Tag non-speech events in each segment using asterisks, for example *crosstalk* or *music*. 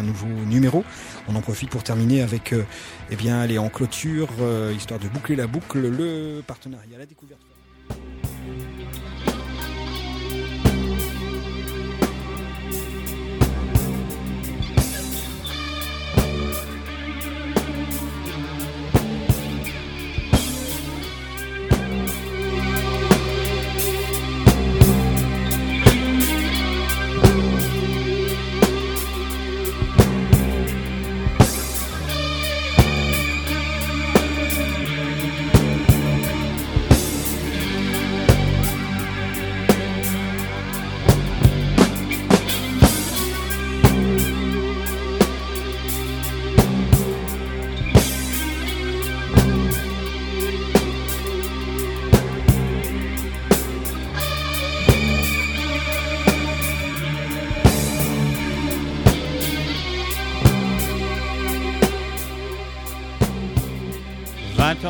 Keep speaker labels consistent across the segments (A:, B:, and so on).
A: nouveau numéro. On en profite pour terminer avec, euh, eh bien, allez, en clôture, euh, histoire de boucler la boucle, le partenariat, la découverte.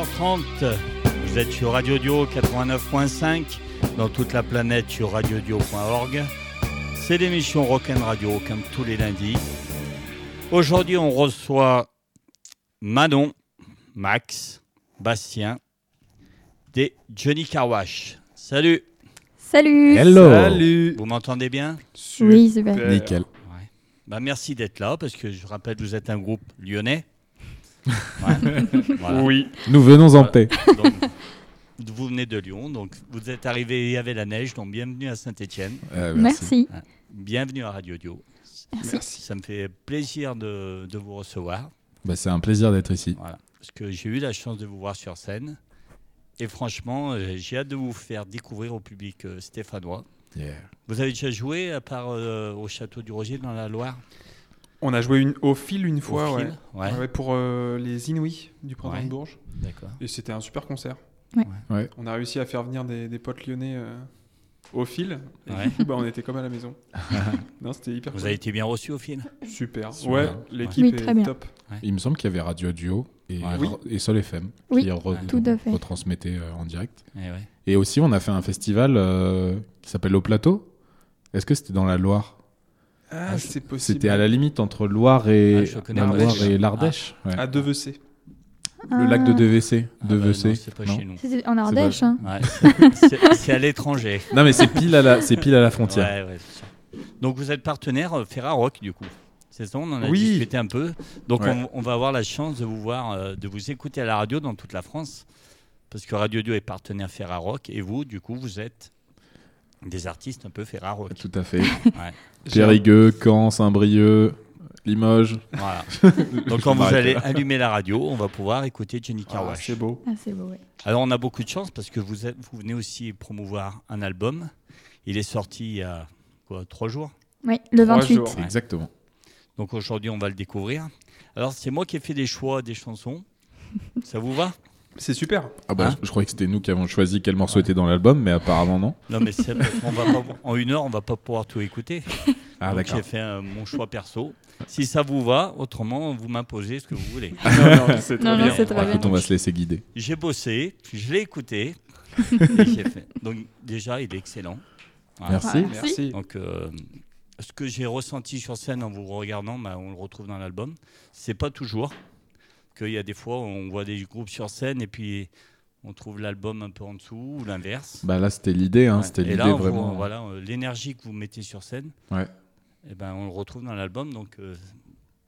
B: Vous êtes sur Radio Dio 89.5 dans toute la planète sur radiodio.org. C'est l'émission Rock'n Radio comme tous les lundis. Aujourd'hui, on reçoit Manon, Max, Bastien des Johnny Carwash. Salut.
C: Salut.
D: Hello.
E: Salut.
B: Vous m'entendez bien
C: Oui, super.
D: Nickel.
B: Ouais. Bah, merci d'être là parce que je rappelle vous êtes un groupe lyonnais. Ouais. Voilà.
E: Oui.
D: Nous venons en
B: Voilà.
C: *laughs*
D: paix.
B: Donc, vous venez de Lyon, donc vous êtes arrivé, il y avait la neige, donc bienvenue à Saint-Étienne,
D: Euh,
C: Merci.
B: bienvenue à Radio Dio.
E: Merci.
B: Ça me fait plaisir de, de vous recevoir,
D: Bah, c'est un plaisir d'être ici.
B: voilà. parce que j'ai eu la chance de vous voir sur scène, et franchement, euh, j'ai hâte de vous faire découvrir au public euh, stéphanois.
D: Yeah.
B: Vous avez déjà joué à part euh, au Château du Roger dans la Loire
E: On a joué une, au fil une
B: au
E: fois, ouais.
B: fil Ouais,
E: Ouais, pour euh, les Inouïs du printemps
B: Ouais.
E: de Bourges.
B: d'accord.
E: Et c'était un super concert.
C: Ouais.
D: Ouais.
E: On a réussi à faire venir des, des potes lyonnais euh, au fil. Et
B: Ouais.
E: du coup, bah, on était comme à la *laughs* maison. non, c'était hyper
B: Vous
E: cool.
B: avez été bien reçu au fil
E: Super.
D: Super.
E: Ouais,
D: Ouais.
E: l'équipe
C: Oui,
E: est
C: très bien.
E: top.
D: Il me semble qu'il y avait Radio Duo et,
B: Ouais.
E: Oui.
D: et Sol FM
C: Oui,
D: qui re-
C: tout à fait.
D: retransmettaient euh, en direct.
B: Eh ouais.
D: Et aussi, on a fait un festival euh, qui s'appelle Au Plateau. Est-ce que c'était dans la Loire
E: Ah,
B: Ah, je-
E: c'est possible.
D: C'était à la limite entre Loire et
B: Ah, je connais
D: la
E: pas.
D: Loire et l'Ardèche. ouais.
C: Ah.
E: À DVC.
D: Le lac de DVC.
B: Ah bah
D: DVC.
B: non, c'est pas
D: non
B: chez nous.
C: C'est en Ardèche. hein.
B: Ouais,
E: *laughs*
B: c'est- c'est- c'est à l'étranger.
D: Non, mais c'est pile à la, c'est pile à la frontière.
B: Ouais, ouais, c'est ça. Donc vous êtes partenaire euh, Ferrarock du coup. C'est ça, on en a
E: Oui.
B: discuté un peu. Donc
D: Ouais.
B: on, on va avoir la chance de vous voir, euh, de vous écouter à la radio dans toute la France, parce que Radio Dio est partenaire Ferrarock et vous, du coup, vous êtes des artistes un peu Ferrarock.
D: Tout à fait.
E: J'ai-
D: Périgueux, Caen, Saint-Brieuc, Limoges.
B: Voilà. Donc quand vous
D: m'arrête
B: allez allumer la radio, on va pouvoir écouter Johnny
E: Ah,
B: Carwash.
E: c'est beau.
C: Ah, c'est beau, ouais.
B: Alors on a beaucoup de chance parce que vous, êtes- vous venez aussi promouvoir un album. Il est sorti il y a quoi, trois jours.
C: Oui, le
E: Trois
C: 28.
E: jours.
D: Exactement.
B: Donc aujourd'hui, on va le découvrir. Alors, c'est moi qui ai fait des choix des chansons. Ça vous va
E: C'est super.
D: Ah bah,
B: Hein
D: je, je croyais que c'était nous qui avons choisi quel morceau était dans l'album, mais apparemment non.
B: Non, mais c'est parce qu'on va pas- en une heure, on va pas pouvoir tout écouter.
D: Ah
B: Donc
D: d'accord.
B: j'ai fait euh, mon choix perso. Si ça vous va, autrement, vous m'imposez ce que vous voulez.
E: *laughs* non, non, c'est
C: Non, non,
E: très bien.
C: c'est très bien.
D: Écoute, on va se laisser guider.
B: J'ai bossé, puis je l'ai
C: *laughs*
B: écouté. et j'ai fait. Donc déjà, il est excellent. Voilà.
D: Merci.
C: Voilà.
E: Merci.
B: Donc, euh, ce que j'ai ressenti sur scène en vous regardant, bah, on le retrouve dans l'album. C'est pas toujours qu'il y a des fois où on voit des groupes sur scène et puis on trouve l'album un peu en dessous ou l'inverse.
D: Bah là, c'était l'idée, hein,
B: Ouais.
D: c'était
B: et
D: l'idée
B: là, on
D: vraiment.
B: voit, voilà euh, l'énergie que vous mettez sur scène.
D: Ouais.
B: Et ben, on le retrouve dans l'album. Donc euh,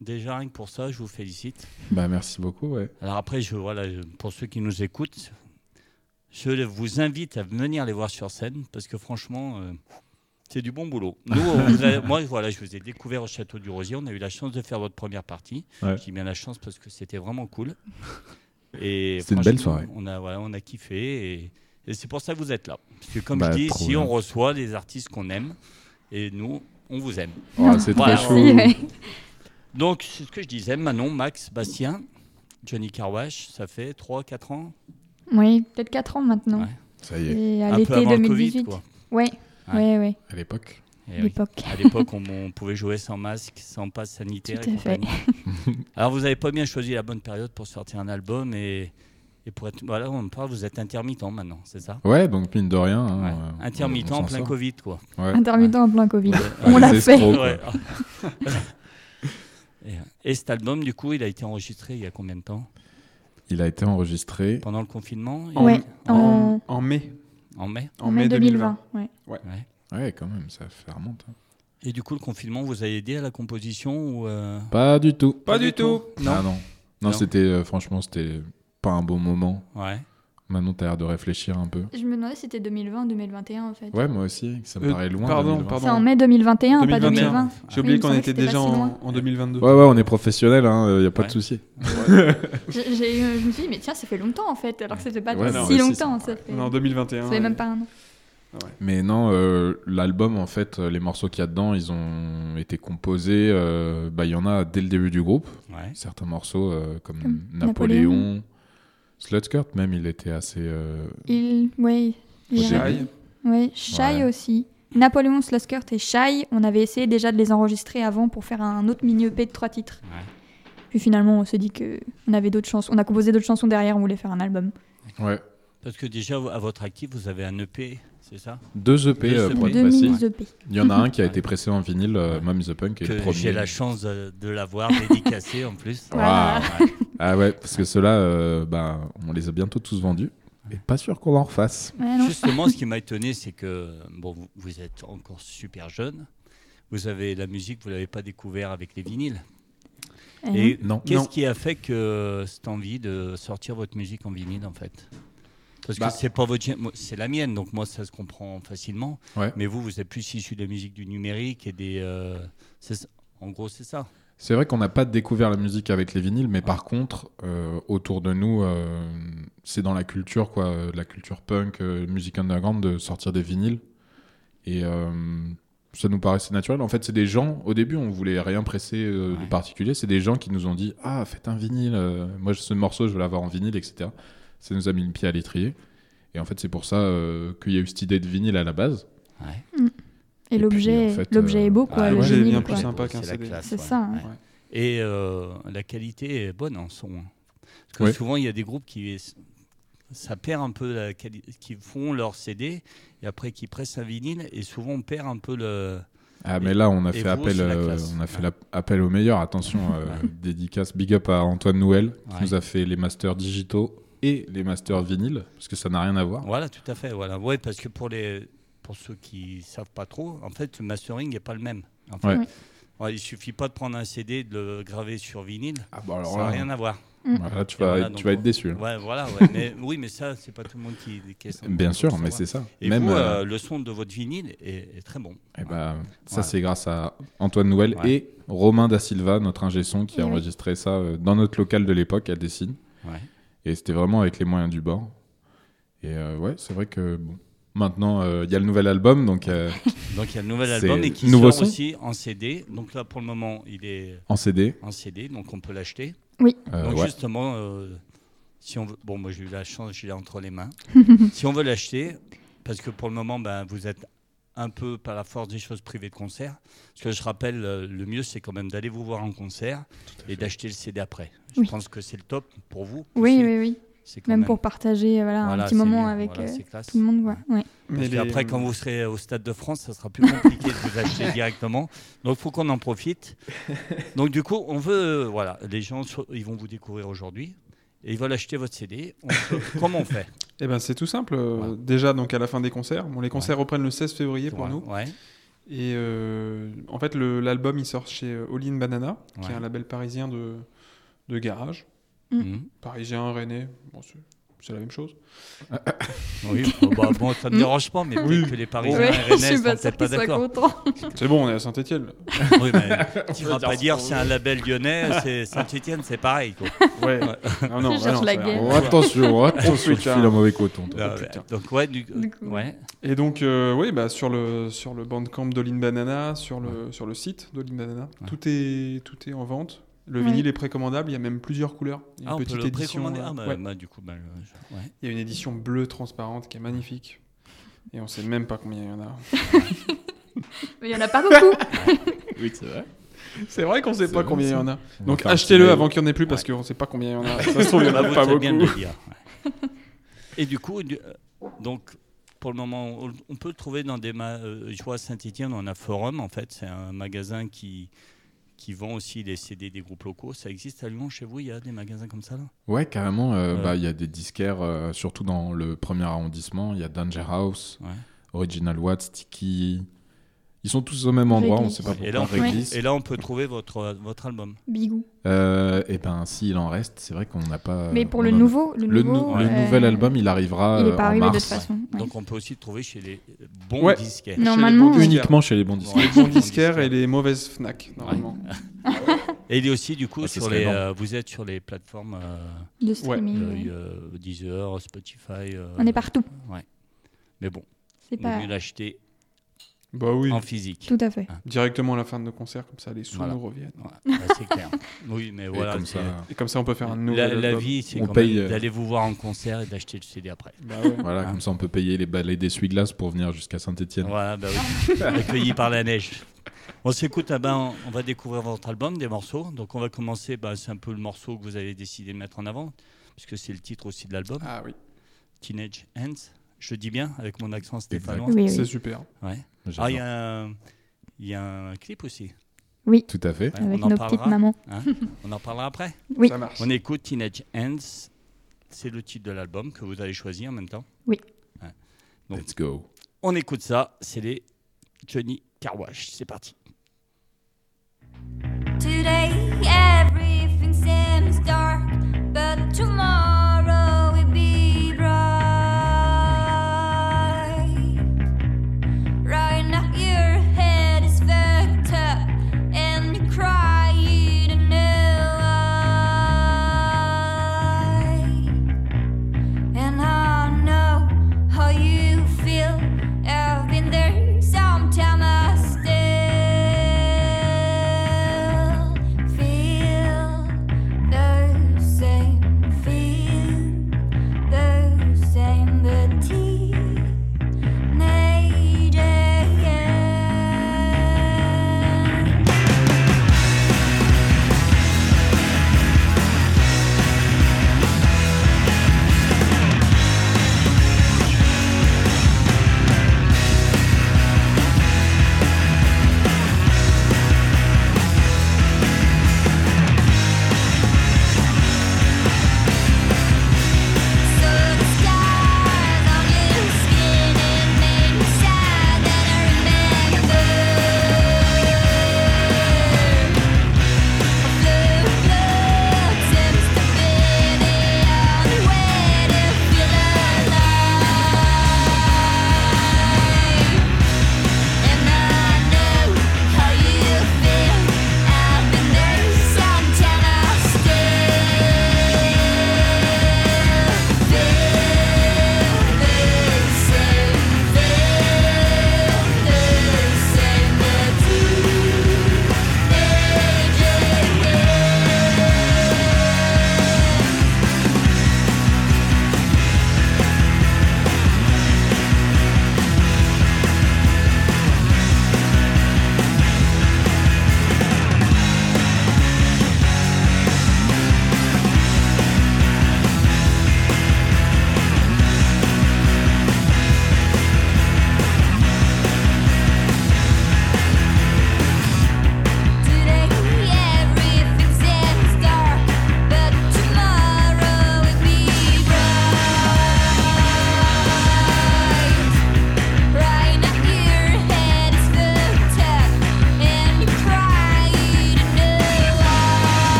B: déjà rien que pour ça, je vous félicite.
D: Bah merci beaucoup, ouais.
B: Alors après, je voilà, je- pour ceux qui nous écoutent, je vous invite à venir les voir sur scène parce que franchement, euh, c'est du bon boulot. Nous, on
D: *laughs*
B: vous a- moi, voilà, je vous ai découvert au Château du Rosier. On a eu la chance de faire votre première partie.
D: Ouais.
B: Je dis bien la chance parce que c'était vraiment cool. Et
D: C'était une
B: franchement,
D: belle soirée.
B: On a, voilà, on a kiffé et, et c'est pour ça que vous êtes là. Parce que comme
D: Bah,
B: je dis,
D: trop
B: si
D: bien.
B: on reçoit des artistes qu'on aime et nous, on vous aime.
D: Oh, c'est
B: Voilà.
D: très
C: *laughs* Merci, *laughs*
D: chou.
C: ouais.
B: Donc, c'est ce que je disais, Manon, Max, Bastien, Johnny Carwash, ça fait 3-4 ans
C: Oui, peut-être 4 ans maintenant.
B: Ouais.
D: Ça y est,
C: Et à
B: Un peu
C: l'été
B: avant le Covid,
C: 2018.
B: quoi.
C: ouais. ouais, ouais,
D: à l'époque.
B: Eh oui.
C: l'époque.
B: À l'époque, on, on pouvait jouer sans masque, sans passe sanitaire
C: Tout
B: et
C: à fait.
B: compagnie.
C: *laughs*
B: Alors, vous n'avez pas bien choisi la bonne période pour sortir un album et, et pour être. Voilà, on me parle, vous êtes intermittent maintenant, c'est ça
D: Ouais, donc mine de rien. hein,
B: Ouais.
D: euh, on-
B: Intermittent
D: on
B: en
D: s'en
B: plein
D: sort.
B: Covid, quoi.
D: *laughs* Ouais. *laughs*
C: Intermittent en plein Covid.
D: Ah,
C: on
D: les
C: l'a fait.
D: escrocs, quoi.
B: Ouais. *laughs* Et cet album, du coup, il a été enregistré il y a combien de temps
D: Il a été enregistré.
B: Pendant le confinement il-
E: En-
C: Ouais, en,
E: En mai.
B: En mai
E: En, mai 2020.
C: ouais.
B: ouais.
D: Ouais, quand même, ça fait remonte. hein.
B: Et du coup, le confinement vous a aidé à la composition ou euh,
D: Pas du tout.
E: Pas du tout.
B: Non.
D: Ah non. Non,
B: Non.
D: c'était euh, franchement, c'était pas un bon moment.
B: Ouais.
D: Manon, t'as l'air de réfléchir un peu.
C: Je me demandais si c'était 2020 ou 2021 en fait.
D: Ouais, moi aussi. Ça me
E: Euh,
D: paraît loin.
E: pardon,
D: 2020.
E: pardon.
C: C'est en mai 2021, pas
E: 2021.
C: 2020.
E: J'ai
C: Oui, il
E: oublié
C: me
E: qu'on
C: semblait
E: était
C: que c'était pas
E: déjà
C: si
E: en,
C: loin.
E: en 2022.
D: Ouais, ouais, on est professionnel, il hein, n'y a pas
B: Ouais.
D: de souci.
C: J'ai- j'ai eu- je me suis dit, mais tiens, ça fait longtemps en fait, alors que ça fait pas
D: Ouais, non,
C: si
D: mais c'est
C: longtemps. Ça fait,
E: On est en
C: ça
E: 2021.
C: fait
E: et-
C: même pas un an.
D: Mais non, euh, l'album, en fait, euh, les morceaux qu'il y a dedans, ils ont été composés. euh, bah, Il y en a dès le début du groupe.
B: Ouais.
D: Certains morceaux, euh, comme
C: Comme
D: Napoléon,
C: Napoléon.
D: Slutskirt, même, il était assez. euh,
C: Il, ouais, il
D: J'ai-
C: a-
E: Aïe.
C: ouais, Shy
D: Ouais.
C: aussi. Napoléon, Sluskert et Shy, on avait essayé déjà de les enregistrer avant pour faire un autre mini EP de trois titres.
B: Ouais.
C: Puis finalement, on s'est dit que on avait d'autres chansons, on a composé d'autres chansons derrière, on voulait faire un album.
D: Ouais.
B: Parce que déjà, à votre actif, vous avez un EP, c'est ça
D: Deux EP,
B: Deux
D: euh,
B: EP.
D: pour être
C: Deux E
D: précis.
C: mini-EP.
D: Il y en a un qui a
B: Ouais.
D: été pressé en vinyle, euh, Mom is the Punk, qui est le
B: Que
D: premier.
B: j'ai la chance de, de l'avoir *laughs* dédicacé en plus.
C: Voilà.
B: Ouais.
D: Ah ouais, parce que ceux-là, euh, bah, on les a bientôt tous vendus. Mais pas sûr qu'on en refasse.
C: Ouais,
B: *laughs*
C: non.
B: Justement, ce qui m'a étonné, c'est que bon, vous, vous êtes encore super jeune. Vous avez la musique, vous l'avez pas découvert avec les vinyles.
C: Eh
B: Et
D: Non.
B: qu'est-ce qui a fait que euh, cette envie de sortir votre musique en vinyle en fait Parce
D: Bah.
B: que c'est pas votre, gé- moi, c'est la mienne, donc moi ça se comprend facilement.
D: Ouais.
B: Mais vous, vous êtes plus issu de la musique du numérique et des. euh, c'est ça- en gros, c'est ça.
D: C'est vrai qu'on n'a pas découvert la musique avec les vinyles, mais par contre, euh, autour de nous, euh, c'est dans la culture, quoi, euh, la culture punk, euh, musique underground, de sortir des vinyles. Et euh, ça nous paraissait naturel. En fait, c'est des gens, au début, on voulait rien presser euh,
B: Ouais.
D: de particulier. C'est des gens qui nous ont dit Ah, faites un vinyle. euh, moi, ce morceau, je veux l'avoir en vinyle, etc. Ça nous a mis le pied à l'étrier. Et en fait, c'est pour ça euh, qu'il y a eu cette idée de vinyle à la base.
B: Ouais.
C: Et
D: puis,
C: l'objet
D: en fait,
C: l'objet
D: euh,
C: est beau, quoi.
E: ah,
C: le
E: ouais, j'ai
C: vinyle,
E: bien
C: quoi.
E: plus sympa qu'un
B: C'est la
E: CD.
B: classe,
C: C'est
B: ouais.
C: ça, hein.
B: Ouais. Et euh, la qualité est bonne en son. hein. Parce que
D: Ouais.
B: souvent, il y a des groupes qui. Ça perd un peu la qualité. qui font leur CD et après qui pressent un vinyle et souvent on perd un peu le.
D: Ah,
B: Et-
D: mais là, on a
B: et
D: fait,
B: vous,
D: appel,
B: c'est la
D: euh,
B: classe.
D: on a fait
B: Ouais.
D: la- appel au meilleur. Attention, euh, *laughs* dédicace big up à Antoine Nouel,
B: Ouais.
D: qui nous a fait les masters digitaux et les masters vinyles, parce que ça n'a rien à voir.
B: Voilà, tout à fait. Voilà. Ouais, parce que pour, les, pour ceux qui ne savent pas trop, en fait, le mastering n'est pas le même. En fait.
D: Ouais.
C: Ouais.
B: Ouais, il suffit pas de prendre un CD, de le graver sur vinyle.
D: Ah, bah alors
B: ça n'a
D: là,
B: rien à voir.
D: voilà, tu,
B: Et
D: vas,
B: voilà, donc,
D: tu vas être déçu. hein.
B: Ouais, voilà,
D: *laughs*
B: ouais. mais, oui, mais ça, c'est pas tout le monde qui, qui est censé
D: Bien sûr,
B: savoir.
D: mais c'est ça.
B: Et
D: Même,
B: vous,
D: euh,
B: euh, le son de votre vinyle est, est très bon.
D: eh ben, ça,
B: Ouais.
D: c'est grâce à Antoine Nouel
B: Ouais.
D: et Romain Da Silva, notre ingé son, qui a
C: Oui.
D: enregistré ça euh, dans notre local de l'époque à Dessine.
B: Ouais.
D: Et c'était vraiment avec les moyens du bord. Et euh, ouais, c'est vrai que bon. Maintenant, euh, il y a le nouvel album, donc euh,
B: Donc il y a le nouvel
D: C'est
B: album et qui
D: nouveau
B: sort
D: son
B: aussi en CD. Donc là, pour le moment, il est
D: en CD.
B: en CD, donc on peut l'acheter.
D: Euh,
B: Donc
D: ouais.
B: justement, euh, si on veut, bon, moi j'ai eu la chance, je l'ai entre les
D: *laughs*
B: mains. si on veut l'acheter, parce que pour le moment, ben, vous êtes un peu par la force des choses privées de concert. Ce que je rappelle, euh, le mieux, c'est quand même d'aller vous voir en concert et d'acheter le CD après. Je
C: Oui.
B: pense que c'est le top pour vous.
C: Oui,
B: aussi.
C: oui, oui.
B: C'est quand
C: Même pour partager euh, voilà,
B: Voilà,
C: un petit
B: c'est
C: moment
B: mieux.
C: avec
B: Voilà,
C: euh,
B: c'est classe.
C: tout le monde. quoi. Ouais.
E: Mais
B: Parce
E: les-
B: qu'après, quand vous serez au Stade de France, ça sera plus compliqué de vous
E: *laughs*
B: acheter directement. Donc, il faut qu'on en profite. Donc, du coup, on veut. euh, Voilà, les gens, so- ils vont vous découvrir aujourd'hui et ils veulent acheter votre CD. On
E: *laughs*
B: peut- comment on fait
E: Eh ben, c'est tout simple. euh,
B: Ouais.
E: Déjà, donc à la fin des concerts. Bon, les concerts reprennent le 16 février pour
B: Ouais,
E: nous.
B: ouais.
E: Et euh, en fait, le- l'album, il sort chez euh, All In Banana, qui
B: Ouais.
E: est un label parisien de, de garage.
B: Mhm.
E: Parisien, rennais, bon, c'est- c'est la même chose.
B: Oui, bon, bah, bon, ça ne me dérange pas, mais
E: Mm. Oui.
B: peut-être que les Parisiens
C: Ouais,
B: et
E: *laughs*
B: Rennais
C: *laughs* je suis
B: sont
C: pas
B: peut-être
C: sûre
B: pas
C: qu'ils soient
B: d'accord.
C: contents.
E: C'est bon, on est
C: *laughs*
E: à Saint-Etienne.
B: Oui,
E: *laughs*
B: mais tu ne vas pas dire c'est un label lyonnais, c'est Saint-Etienne, c'est pareil. quoi.
E: Ouais. Ah
C: Je cherche la
E: ça-
C: guerre.
D: Oh, *laughs* attention, attention, tu
E: putain.
D: files un mauvais coton. toi.
B: Euh,
E: Oh, putain.
B: donc, ouais, du,
C: Du coup.
B: ouais.
E: Et donc, euh, oui, bah, sur le, sur le bandcamp d'Olin Banana, sur le, sur le site d'Olin Banana,
B: Ouais.
E: tout, est, tout est en vente. Le
C: Ouais.
E: vinyle est précommandable, il y a même plusieurs couleurs. Il y
B: Ah,
E: a Une
B: on peut
E: petite
B: le
E: édition.
B: précommander.
E: euh,
B: Ah, bah,
E: ouais.
B: bah, du coup, bah, je- ouais.
E: Il y a une édition bleue transparente qui est magnifique. Et on sait même pas combien il y en a.
C: Mais il n'y en a pas beaucoup.
D: Oui, c'est vrai.
E: *laughs* C'est vrai qu'on sait
D: C'est
E: pas
D: vrai,
E: combien il y
D: ça.
E: en a.
D: On va
E: Donc
D: faire un
E: achetez-le
D: petit
E: avant qu'il n'y en ait plus parce qu'on sait pas combien il y en
B: *laughs*
E: a. Ça se trouve, il y en
B: Ah,
E: a
B: vous
E: pas
B: faites bien de
E: beaucoup.
B: le dire. Et du coup, du- euh, donc, pour le moment, on, on peut le trouver dans des. ma- euh, je vois à Saint-Etienne, on a Forum, en fait. C'est un magasin qui, qui vend aussi des CD des groupes locaux. Ça existe à Lyon, chez vous Il y a des magasins comme ça là
D: Ouais, carrément. euh,
B: Ouais.
D: bah, Il y a des disquaires, euh, surtout dans le premier arrondissement. Il y a Danger House,
B: Ouais.
D: Original Watt, Sticky. Ils sont tous au même endroit,
C: Réglisse.
D: on sait pas pourquoi.
B: Et là, on peut,
D: Réglisse.
B: et là, on peut trouver votre, votre album.
C: *laughs* Bigou.
D: Euh, et ben, s'il en reste, c'est vrai qu'on n'a pas.
C: Mais pour
D: on
C: le
D: en a-
C: nouveau, le,
D: Euh, le,
C: nouveau,
D: nou- le
C: euh,
D: nouvel album, il arrivera
C: il
D: euh,
C: est pas
D: en
C: arrivé de toute
D: mars.
C: façon. ouais.
B: Donc on peut aussi le trouver chez les euh, bons
E: Ouais.
B: disquaires.
E: *laughs* Chez les
C: Normalement,
E: bons
C: ouais.
E: disquaires.
D: Uniquement chez les bons disquaires.
E: Les bons disquaires et les mauvaises FNAC, normalement.
B: Et il est aussi, du coup,
D: Ah, ce
B: sur
D: serait
B: les,
D: énorme.
B: euh, vous êtes sur les plateformes euh,
C: de streaming.
B: euh,
C: ouais.
B: euh, Deezer, Spotify. euh,
C: Mmh. On est partout.
B: Mais bon,
C: C'est
B: il vaut
C: pas
B: mieux l'acheter
E: Bah oui,
B: en physique.
C: tout à fait.
E: directement à la fin de nos concerts, comme ça les sous
B: Voilà.
E: nous reviennent.
B: Ouais, ça, c'est clair. Oui, mais
D: Et
B: voilà.
D: comme ça,
B: c'est-
E: Et comme ça, on peut faire un nouvel
B: La, la
E: album.
B: vie, c'est
D: On
B: quand
D: paye,
B: même
D: euh,
B: d'aller vous voir en concert et d'acheter le CD après.
E: Bah
B: *laughs*
E: ouais.
D: voilà, comme ça, on peut payer les balais d'essuie-glace pour venir jusqu'à Saint-Etienne.
B: Voilà, bah oui. accueilli par la neige. On s'écoute, ah ben, on va découvrir votre album, des morceaux. Donc on va commencer, bah, c'est un peu le morceau que vous avez décidé de mettre en avant, puisque c'est le titre aussi de l'album,
E: Ah oui,
B: Teenage Hands. Je dis bien, avec mon accent stéphanois.
C: Oui,
E: c'est
C: oui.
E: super.
B: Ouais.
D: J'adore.
B: Ah, il y a un- il y, a un clip aussi.
D: Tout à fait.
B: Ouais,
C: Avec
B: on, en
C: nos petites
B: parlera,
C: mamans.
B: on en parlera après.
C: Oui.
E: Ça marche.
B: On écoute Teenage Hands. C'est le titre de l'album que vous avez choisi en même temps. Donc-
D: Let's go.
B: On écoute ça, c'est les Johnny Carwash. C'est parti.
F: Today everything seems dark, but tomorrow will be bright. Right now your head is fucked up and you're crying a new light. And I know how you feel. I've been there sometime I still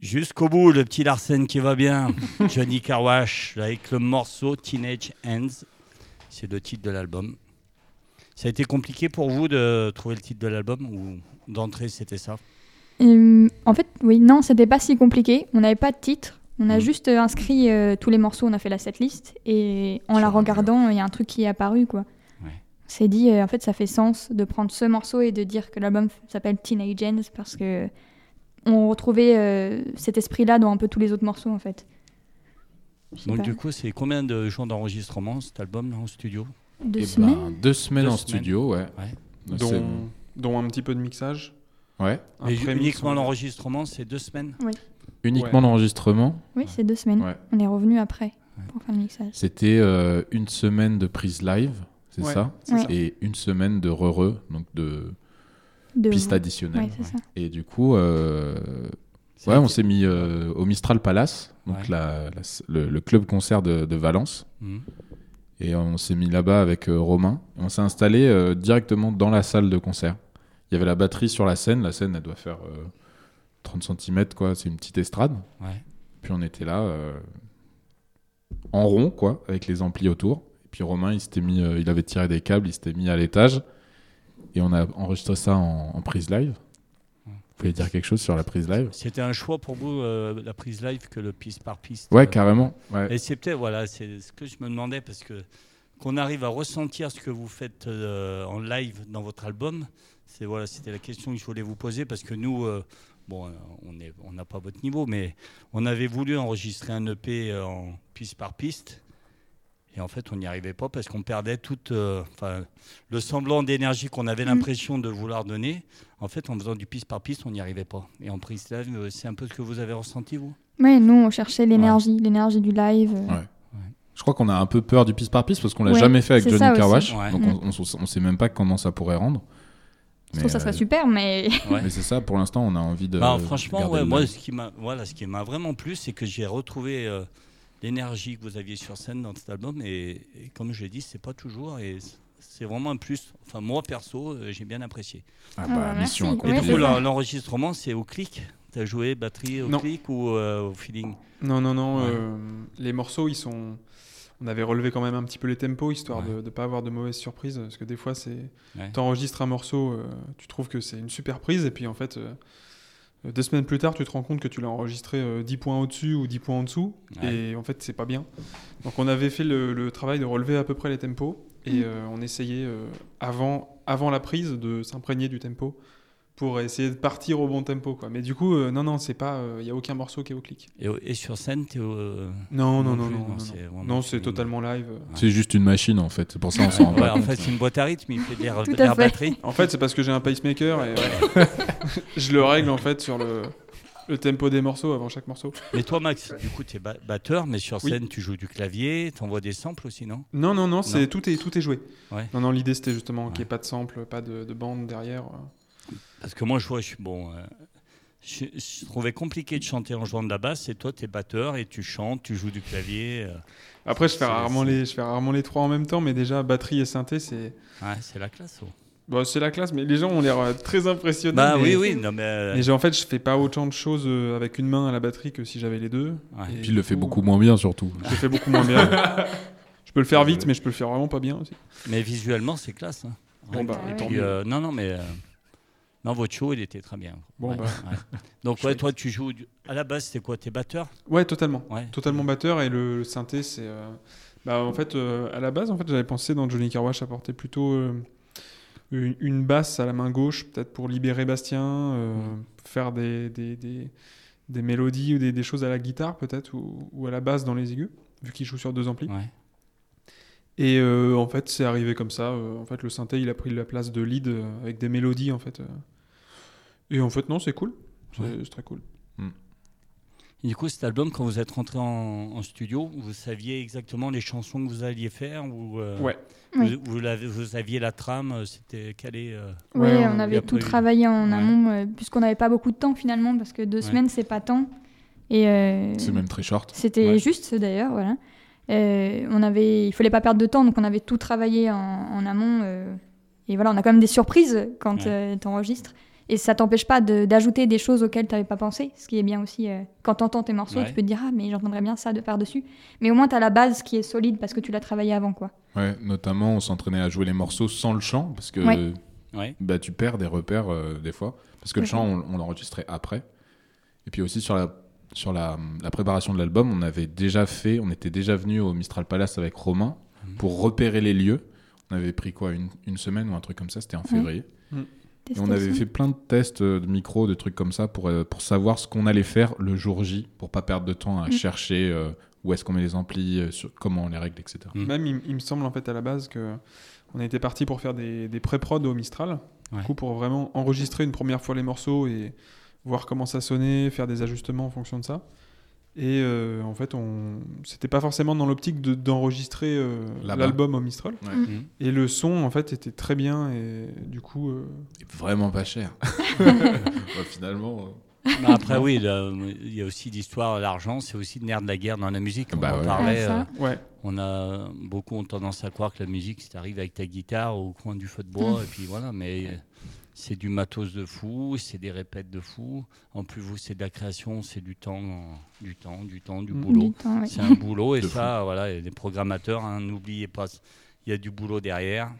B: Jusqu'au bout, le petit Larsen qui va bien,
C: *laughs*
B: Johnny Carwash, avec le morceau Teenage Ends. C'est le titre de l'album. Ça a été compliqué pour vous de trouver le titre de l'album ou d'entrée c'était ça
C: Hum, en fait, oui, non, c'était pas si compliqué. On n'avait pas de titre. On a
B: Mm.
C: juste euh, inscrit euh, tous les morceaux, on a fait la setlist. Et en
B: Sur
C: la
B: un mur.
C: regardant, il y a un truc qui est apparu, quoi.
B: Ouais.
C: On s'est dit, euh, en fait, ça fait sens de prendre ce morceau et de dire que l'album f- s'appelle Teenage Ends parce que on retrouvait euh, cet esprit-là dans un peu tous les autres morceaux, en fait. Je sais
B: Donc
C: pas,
B: du coup, c'est combien de jours d'enregistrement cet album là en studio
C: deux
D: Eh ben,
C: semaines
D: deux semaines
B: Deux
D: en
B: semaines.
D: studio, ouais.
B: Ouais.
D: Donc
E: dont,
D: c'est-
E: dont un petit peu de mixage.
D: Ouais.
E: un
B: Mais
E: pré-mix,
B: uniquement
E: on-
B: l'enregistrement, c'est deux semaines.
D: Uniquement l'enregistrement.
C: Oui, c'est deux semaines.
D: Ouais.
C: On est revenu après pour faire le mixage.
D: C'était euh, une semaine de prise live, c'est
E: Ouais,
D: ça
C: c'est Ouais. ça.
D: Et une semaine de re-re, donc de
C: De
D: pistes
C: vous.
D: additionnelles.
C: Ouais, c'est ça.
D: Et du coup, euh,
B: C'est
D: ouais, on
B: été-
D: s'est mis euh, au Mistral Palace, donc
B: Ouais.
D: la- la- le, le club concert de, de Valence.
B: Mhm.
D: Et on s'est mis là-bas avec euh, Romain. Et on s'est installé euh, directement dans la salle de concert. Il y avait la batterie sur la scène. La scène, elle doit faire euh, 30 cm, quoi. C'est une petite estrade.
B: Ouais.
D: Puis on était là euh, en rond, quoi, avec les amplis autour. Et puis Romain, il s'était mis, euh, il avait tiré des câbles, il s'était mis à l'étage. Et on a enregistré ça en, en prise live. Vous voulez dire quelque chose sur la prise live
B: C'était un choix pour vous, euh, la prise live, que le piste par piste
D: Ouais,
B: euh,
D: carrément. Ouais.
B: Et c'est peut-être, voilà, c'est ce que je me demandais, parce que qu'on arrive à ressentir ce que vous faites euh, en live dans votre album, c'est voilà, c'était la question que je voulais vous poser, parce que nous, euh, bon, euh, on est, on n'a pas votre niveau, mais on avait voulu enregistrer un EP en piste par piste. Et en fait, on n'y arrivait pas parce qu'on perdait toute, euh, enfin, le semblant d'énergie qu'on avait
C: Mhm.
B: l'impression de vouloir donner. En fait, en faisant du piste par piste, on n'y arrivait pas. Et en prise live, euh, c'est un peu ce que vous avez ressenti, vous
C: Ouais, nous, on cherchait l'énergie, l'énergie du live. euh,
D: Ouais. Je crois qu'on a un peu peur du piste par piste parce qu'on l'a
C: Ouais,
D: jamais fait avec
C: c'est
D: Johnny
C: ça aussi.
D: Carwash.
B: Ouais.
D: Donc on, on- on sait même pas comment ça pourrait rendre.
C: Je trouve que ça
D: euh,
C: serait super, mais *laughs*
D: Mais c'est ça, pour l'instant, on a envie de.
B: Bah, franchement,
D: garder
B: ouais,
D: le
B: moi,
D: live.
B: ce qui m'a voilà, ce qui m'a vraiment plu, c'est que j'ai retrouvé euh, l'énergie que vous aviez sur scène dans cet album. Et, et comme je l'ai dit, c'est pas toujours. Et c- c'est vraiment un plus. Enfin, moi perso, euh, j'ai bien apprécié.
D: Ah
C: Ah,
D: bah,
C: bah,
D: mission
C: merci.
B: et
C: Ouais,
B: du
D: accomplie.
B: coup,
C: c'est
B: l'en-
C: ça.
B: l'enregistrement, c'est au clic. T'as joué batterie au
E: Non.
B: clic ou euh, au feeling
E: Non, non, non.
B: Ouais.
E: euh, les morceaux, ils sont. On avait relevé quand même un petit peu les tempos, histoire
B: Ouais.
E: de ne pas avoir de mauvaises surprises. Parce que des fois, c'est.
B: Ouais.
E: T'enregistres un morceau, euh, tu trouves que c'est une super prise, et puis en fait, euh, deux semaines plus tard, tu te rends compte que tu l'as enregistré euh, 10 points au-dessus ou 10 points en dessous,
B: Ouais.
E: et en fait, c'est pas bien. Donc, on avait fait le, le travail de relever à peu près les tempos, et
C: Mm.
E: euh, on essayait, euh, avant, avant la prise, de s'imprégner du tempo pour essayer de partir au bon tempo. Quoi. Mais du coup, euh, non, non, c'est pas. Il n'y a aucun morceau qui est au clic.
B: et, au- et sur scène, t'es au. euh,
E: Non, non,
B: non
E: non,
B: plus,
E: non.
B: non,
E: non,
B: c'est
E: non.
B: vraiment
E: Non, c'est
B: une-
E: totalement live.
D: C'est juste une machine en fait, c'est pour ça on s'en rend
B: ouais,
D: pas
B: en
D: compte.
B: fait, c'est une boîte à rythme. Il fait
E: *laughs*
B: de l'air
C: Tout à
B: de l'air
C: fait.
B: batterie.
E: En fait, c'est parce que j'ai un pacemaker et euh, *laughs* je le règle en fait sur le, le tempo des morceaux avant chaque morceau.
B: Mais toi, Max, du coup, t'es ba- batteur, mais sur
E: Oui.
B: scène, tu joues du clavier, t'envoies des samples aussi, non
E: Non, non, non, c'est tout est tout est joué.
B: Ouais.
E: Non, non, l'idée c'était justement qu'il n'y ait pas de sample, pas de, de bande derrière. euh.
B: Parce que moi, je vois, je suis bon. euh, je, je trouvais compliqué de chanter en jouant de la basse, et toi, t'es batteur et tu chantes, tu joues du clavier. euh,
E: Après, je
B: C'est-
E: fais rarement
B: c'est-
E: les je fais rarement les trois en même temps, mais déjà batterie et synthé, c'est
B: ouais, c'est la classe. oh.
E: bon, c'est la classe. Mais les gens ont l'air euh, très impressionnés.
B: Bah
E: mais-
B: oui, oui, non, mais. euh,
E: Mais j'ai- en fait, je fais pas autant de choses euh, avec une main à la batterie que si j'avais les deux.
B: Ouais.
E: Et
D: Puis il
E: du
D: le fait
E: coup,
D: beaucoup moins bien surtout.
E: Je le fais beaucoup moins bien. je peux le faire vite, mais je peux le faire vraiment pas bien aussi.
B: mais visuellement, c'est classe. hein.
E: Bon, bah,
C: Ouais.
E: et tant
B: Puis,
E: mieux.
B: euh, non, non, mais. euh, non, votre show, il était très bien.
E: Bon,
B: Ouais,
E: bah.
B: ouais. Donc, ouais, toi, tu joues. du- À la base, c'était quoi T'es batteur
E: Ouais, totalement.
B: Ouais.
E: Totalement batteur et le, le synthé, c'est. euh, Bah, en fait, euh, à la base, en fait, j'avais pensé dans Johnny Carwash apporter plutôt euh, une, une basse à la main gauche, peut-être pour libérer Bastien, euh, faire des, des, des, des mélodies ou des, des choses à la guitare, peut-être, ou, ou à la basse dans les aigus, vu qu'il joue sur deux amplis.
B: Ouais.
E: Et euh, en fait, c'est arrivé comme ça. euh, en fait, le synthé, il a pris la place de lead euh, avec des mélodies, en fait. euh. Et en fait, non, c'est cool. C'est
B: Ouais.
E: c'est très cool.
B: Et du coup, cet album, quand vous êtes rentré en, en studio, vous saviez exactement les chansons que vous alliez faire ou, euh,
E: Ouais.
B: Vous,
C: Ouais.
B: vous l'avez- vous aviez la trame, euh, c'était calé. euh,
C: ouais,
E: Ouais,
C: on
E: on-
B: y
C: avait
B: a
C: tout
B: pas eu-
C: travaillé en
B: Ouais.
C: amont, euh, puisqu'on n'avait pas beaucoup de temps finalement, parce que deux
B: Ouais.
C: semaines, c'est pas tant. Et euh,
D: C'est même très short.
C: c'était
D: Ouais.
C: juste d'ailleurs, voilà. Euh, on avait, il fallait pas perdre de temps, donc on avait tout travaillé en, en amont. euh, et voilà, on a quand même des surprises quand
B: Ouais.
C: tu enregistres. Et ça t'empêche pas de- d'ajouter des choses auxquelles t'avais pas pensé, ce qui est bien aussi. euh, quand t'entends tes morceaux,
B: Ouais.
C: tu peux te dire ah mais j'entendrais bien ça de par-dessus. Mais au moins t'as la base qui est solide parce que tu l'as travaillé avant quoi.
D: Ouais, notamment, on s'entraînait à jouer les morceaux sans le chant, parce que
C: Ouais.
B: Ouais.
D: bah, tu perds des repères euh, des fois. Parce que le
C: Ouais.
D: chant, on, on l'enregistrait après. Et puis aussi, sur la, sur la, la préparation de l'album, on avait déjà fait, on était déjà venu au Mistral Palace avec Romain
B: Mhm.
D: pour repérer les lieux. On avait pris quoi, une, une semaine ou un truc comme ça, c'était en février. Et on
C: Tester
D: avait
C: ça.
D: fait plein de tests euh, de micro, de trucs comme ça, pour, euh, pour savoir ce qu'on allait faire le jour J, pour pas perdre de temps à
C: Mhm.
D: chercher euh, où est-ce qu'on met les amplis, euh, sur- comment on les règle, etc.
B: Mm.
E: Même, il, il me semble, en fait, à la base, que on était parti pour faire des, des pré-prod au Mistral.
B: Ouais.
E: Du coup, pour vraiment enregistrer une première fois les morceaux et voir comment ça sonnait, faire des ajustements en fonction de ça. Et euh, en fait, on c'était pas forcément dans l'optique de- d'enregistrer euh,
D: Là-bas.
E: l'album au Mistral.
D: Ouais.
C: Mm.
B: Mhm.
E: Et le son, en fait, était très bien. Et du coup, euh,
D: Et vraiment
B: *laughs*
D: pas cher. Bah, finalement. euh,
B: Bah, après, oui, le- il y a aussi l'histoire, l'argent, c'est aussi le nerf de la guerre dans la musique. On
D: Bah
B: en
D: ouais.
B: parlait.
C: Ah, ça.
B: euh,
E: ouais.
B: on a beaucoup ont tendance à croire que la musique, c'est t'arrives avec ta guitare au coin du feu de bois,
C: Mm.
B: et puis voilà, mais euh, c'est du matos de fou, c'est des répètes de fou. En plus, vous, c'est de la création, c'est du temps, euh, du temps, du temps, du
E: Mm.
B: boulot.
C: Du temps, ouais.
B: C'est un boulot, et
D: De
B: ça, voilà, et les programmateurs, hein, n'oubliez pas, il y a du boulot derrière.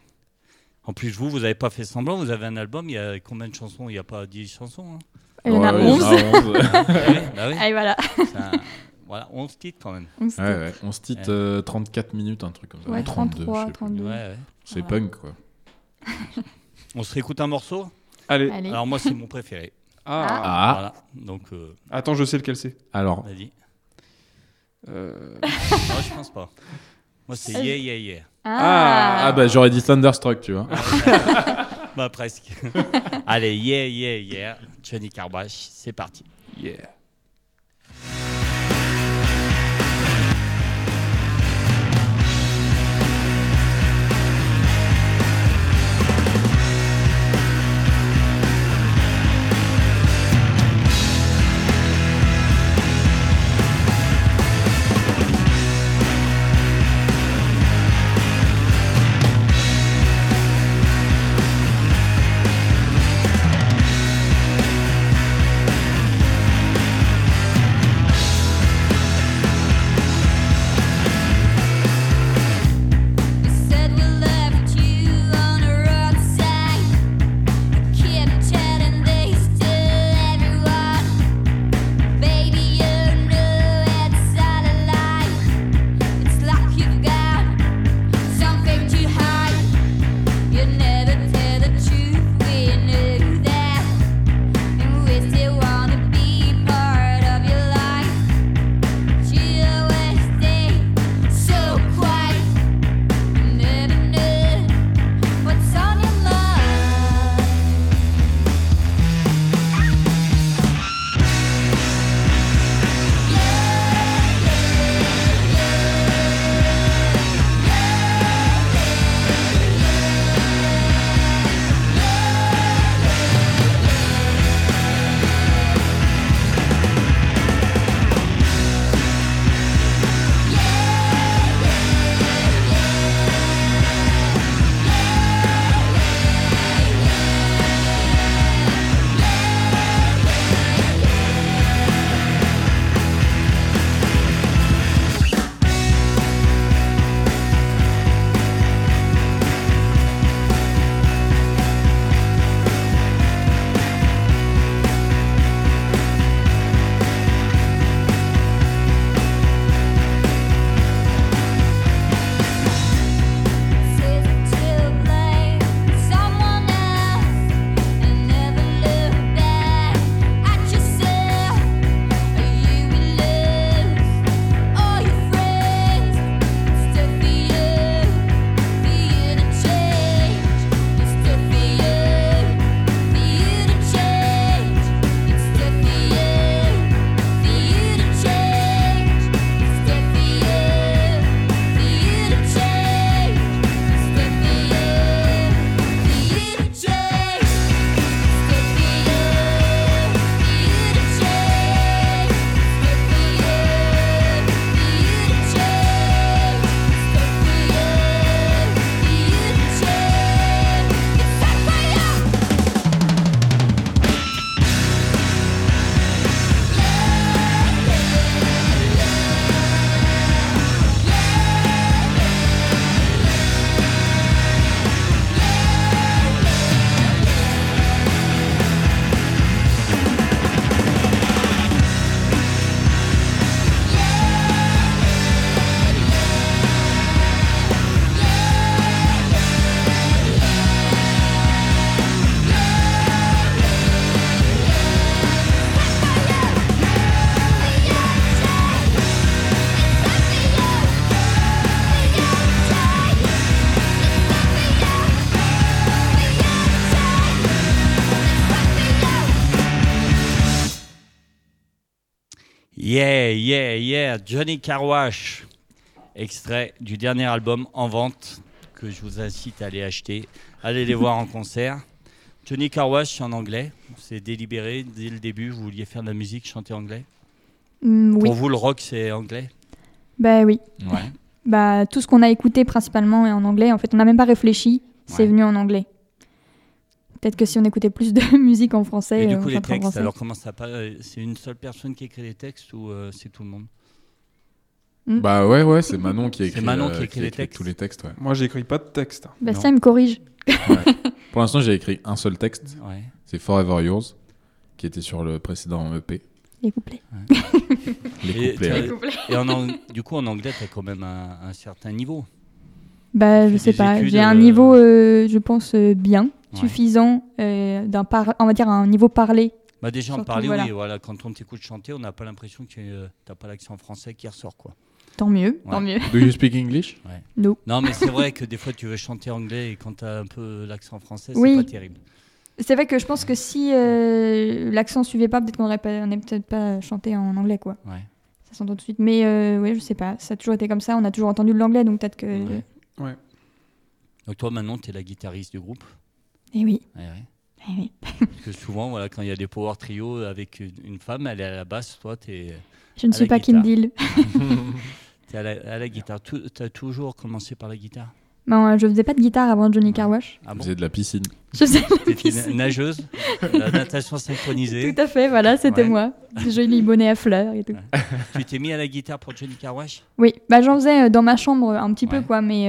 B: En plus, vous, vous n'avez pas fait semblant, vous avez un album, il y a combien de chansons Il n'y a pas 10 chansons. hein
C: Il y en a
D: ouais, il y en
C: 11.
D: a 11.
B: Ah oui, bah oui,
C: *laughs* Allez voilà.
B: c'est un- voilà, 11 titres quand même.
C: On se
D: Ouais, ouais. On se titre
B: Ouais.
D: euh, 34 minutes, un truc comme ça.
C: Ouais,
D: 32,
C: 33,
D: je sais plus.
C: 32.
B: Ouais, ouais.
D: C'est
C: Voilà.
D: punk, quoi.
B: On se réécoute un morceau
E: Allez.
C: Allez.
B: Alors moi, c'est mon préféré.
E: Ah.
D: Ah,
B: Voilà. Donc, euh,
E: Attends, je sais lequel c'est.
D: alors,
B: vas-y.
E: Euh,
B: Moi, je pense pas. Moi, c'est
C: Euh,
B: yeah, yeah, yeah.
E: Ah.
D: ah bah j'aurais dit Thunderstruck,
C: *laughs*
D: tu vois.
B: Bah, presque. *laughs* Allez, yeah, yeah, yeah. Johnny Carbash, c'est parti.
E: yeah.
F: Thank
B: Yeah, yeah, yeah, Johnny Carwash, extrait du dernier album en vente que je vous incite à aller acheter. Allez les
C: *laughs*
B: voir en concert. Johnny Carwash en anglais, on s'est délibéré dès le début, vous vouliez faire de la musique, chanter anglais.
C: Hmm, oui.
B: Pour vous, le rock, c'est anglais
C: Bah oui.
B: Ouais.
C: Bah, tout ce qu'on a écouté principalement est en anglais. En fait, on n'a même pas réfléchi. C'est
B: Ouais.
C: venu en anglais. Peut-être que si on écoutait plus de *laughs* musique en français,
B: Et du
C: euh,
B: coup,
C: on
B: les
C: chanterait en
B: textes,
C: français.
B: alors comment ça passe Euh, C'est une seule personne qui écrit les textes ou euh, c'est tout le monde
D: Bah ouais, ouais, c'est Manon qui écrit,
B: Manon
D: euh,
B: qui écrit les textes.
D: tous les textes. ouais.
E: Moi, j'écris pas de texte. hein.
C: Bastien il me corrige.
D: Pour l'instant, j'ai écrit un seul texte,
B: Ouais.
D: c'est Forever Yours, qui était sur le précédent EP.
C: Les couplets.
D: Les
B: Et
D: couplets.
B: t'as-
D: ouais.
B: Les Et *laughs* en ang- du coup, en anglais, t'as quand même un, un certain niveau.
C: Bah,
B: Tu
C: je
B: fais
C: sais
B: des
C: pas.
B: études,
C: J'ai un
B: euh,
C: niveau, euh, je pense, euh, bien,
B: Ouais.
C: suffisant, euh, d'un par... on va dire un niveau parlé.
B: Bah déjà, en
C: Surtout,
B: parler, oui,
C: voilà.
B: voilà, quand on t'écoute chanter, on n'a pas l'impression que euh, t'as pas l'accent français qui ressort, quoi.
C: Tant mieux, tant
B: Ouais.
C: mieux.
D: Do you speak English
C: No.
B: Non, mais c'est vrai que des fois, tu veux chanter anglais et quand t'as un peu l'accent français, c'est
C: Oui.
B: pas terrible.
C: C'est vrai que je pense que si euh, l'accent suivait pas, peut-être qu'on n'aurait pas- on n'aurait peut-être pas chanté en anglais, quoi.
B: Ouais.
C: Ça s'entend tout de suite. Mais euh, ouais, je sais pas. Ça a toujours été comme ça. On a toujours entendu de l'anglais, donc peut-être que.
B: Ouais.
E: Ouais.
B: Donc toi, maintenant, t'es la guitariste du groupe.
C: Eh oui.
B: Ouais, ouais.
C: Eh oui.
B: Parce que souvent, voilà, quand il y a des power trio avec une une femme, elle est à la basse, toi, t'es
C: Je ne
B: À
C: suis
B: la
C: pas Kim
B: guitare.
C: Deal.
B: t'es à, la- à la guitare. Tou- T'as toujours commencé par la guitare
C: Non, euh, je faisais pas de guitare avant Johnny Carwash.
B: Ah bon
D: C'est de la piscine.
C: Je sais
B: T'étais
C: piscine.
B: une nageuse, la natation synchronisée.
C: tout à fait, voilà, c'était
B: Ouais.
C: moi. Joli bonnet à fleurs et tout.
B: Tu t'es mis à la guitare pour Johnny Carwash
C: Oui, bah j'en faisais euh, dans ma chambre euh, un petit
B: Ouais.
C: peu quoi, mais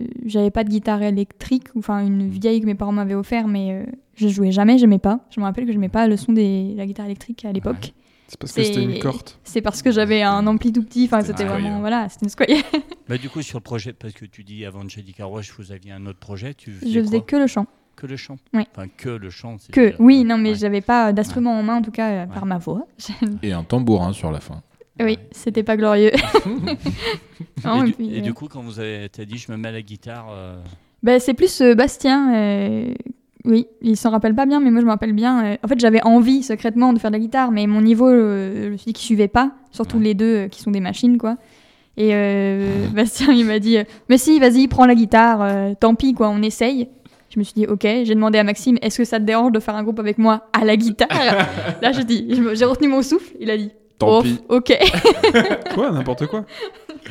C: euh, j'avais pas de guitare électrique, ou enfin
B: Mm.
C: une vieille que mes parents m'avaient offert, mais euh, je jouais jamais, j'aimais pas. Je me rappelle que j'aimais pas le son de la guitare électrique à l'époque.
E: C'est parce que c'était
C: C'est-
E: une corte.
C: C'est parce que j'avais un ampli tout petit, enfin
D: C'était
C: c'était
D: une
B: Ah
C: vraiment,
D: squaye.
C: voilà, c'était une *laughs* squaye.
B: Bah du coup sur le projet, parce que tu dis avant Johnny Carwash, vous aviez un autre projet, tu faisais,
C: Je faisais
B: quoi
C: que le chant.
B: que le chant.
C: Ouais.
B: Enfin que le chant. c'est
C: Que,
B: déjà-
C: oui, non mais
B: Ouais.
C: j'avais pas d'instrument en main, en tout cas, euh, par
B: Ouais.
C: ma voix. *laughs*
D: Et un tambourin sur la fin.
C: oui, c'était pas glorieux. Non,
B: et,
C: et
B: du,
C: puis,
B: et du
C: euh,
B: coup quand vous avez, t'as dit je me mets à la guitare, euh,
C: Bah, c'est plus euh, Bastien. euh, Oui, il s'en rappelle pas bien, mais moi je me rappelle bien. euh, En fait, j'avais envie secrètement de faire de la guitare, mais mon niveau, euh, je me suis dit qu'il suivait pas, surtout
B: Ouais.
C: les deux euh, qui sont des machines, quoi. Et
D: *laughs*
C: euh, Bastien, il m'a dit euh, Mais si, vas-y, prends la guitare, euh, tant pis, quoi, on essaye. Je me suis dit Ok, j'ai demandé à Maxime Est-ce que ça te dérange de faire un groupe avec moi à la guitare
D: *laughs*
C: Là, j'ai dit je me- J'ai retenu mon souffle, il a dit
D: Tant
C: Oh,
D: pis.
C: Ok.
E: Quoi N'importe quoi.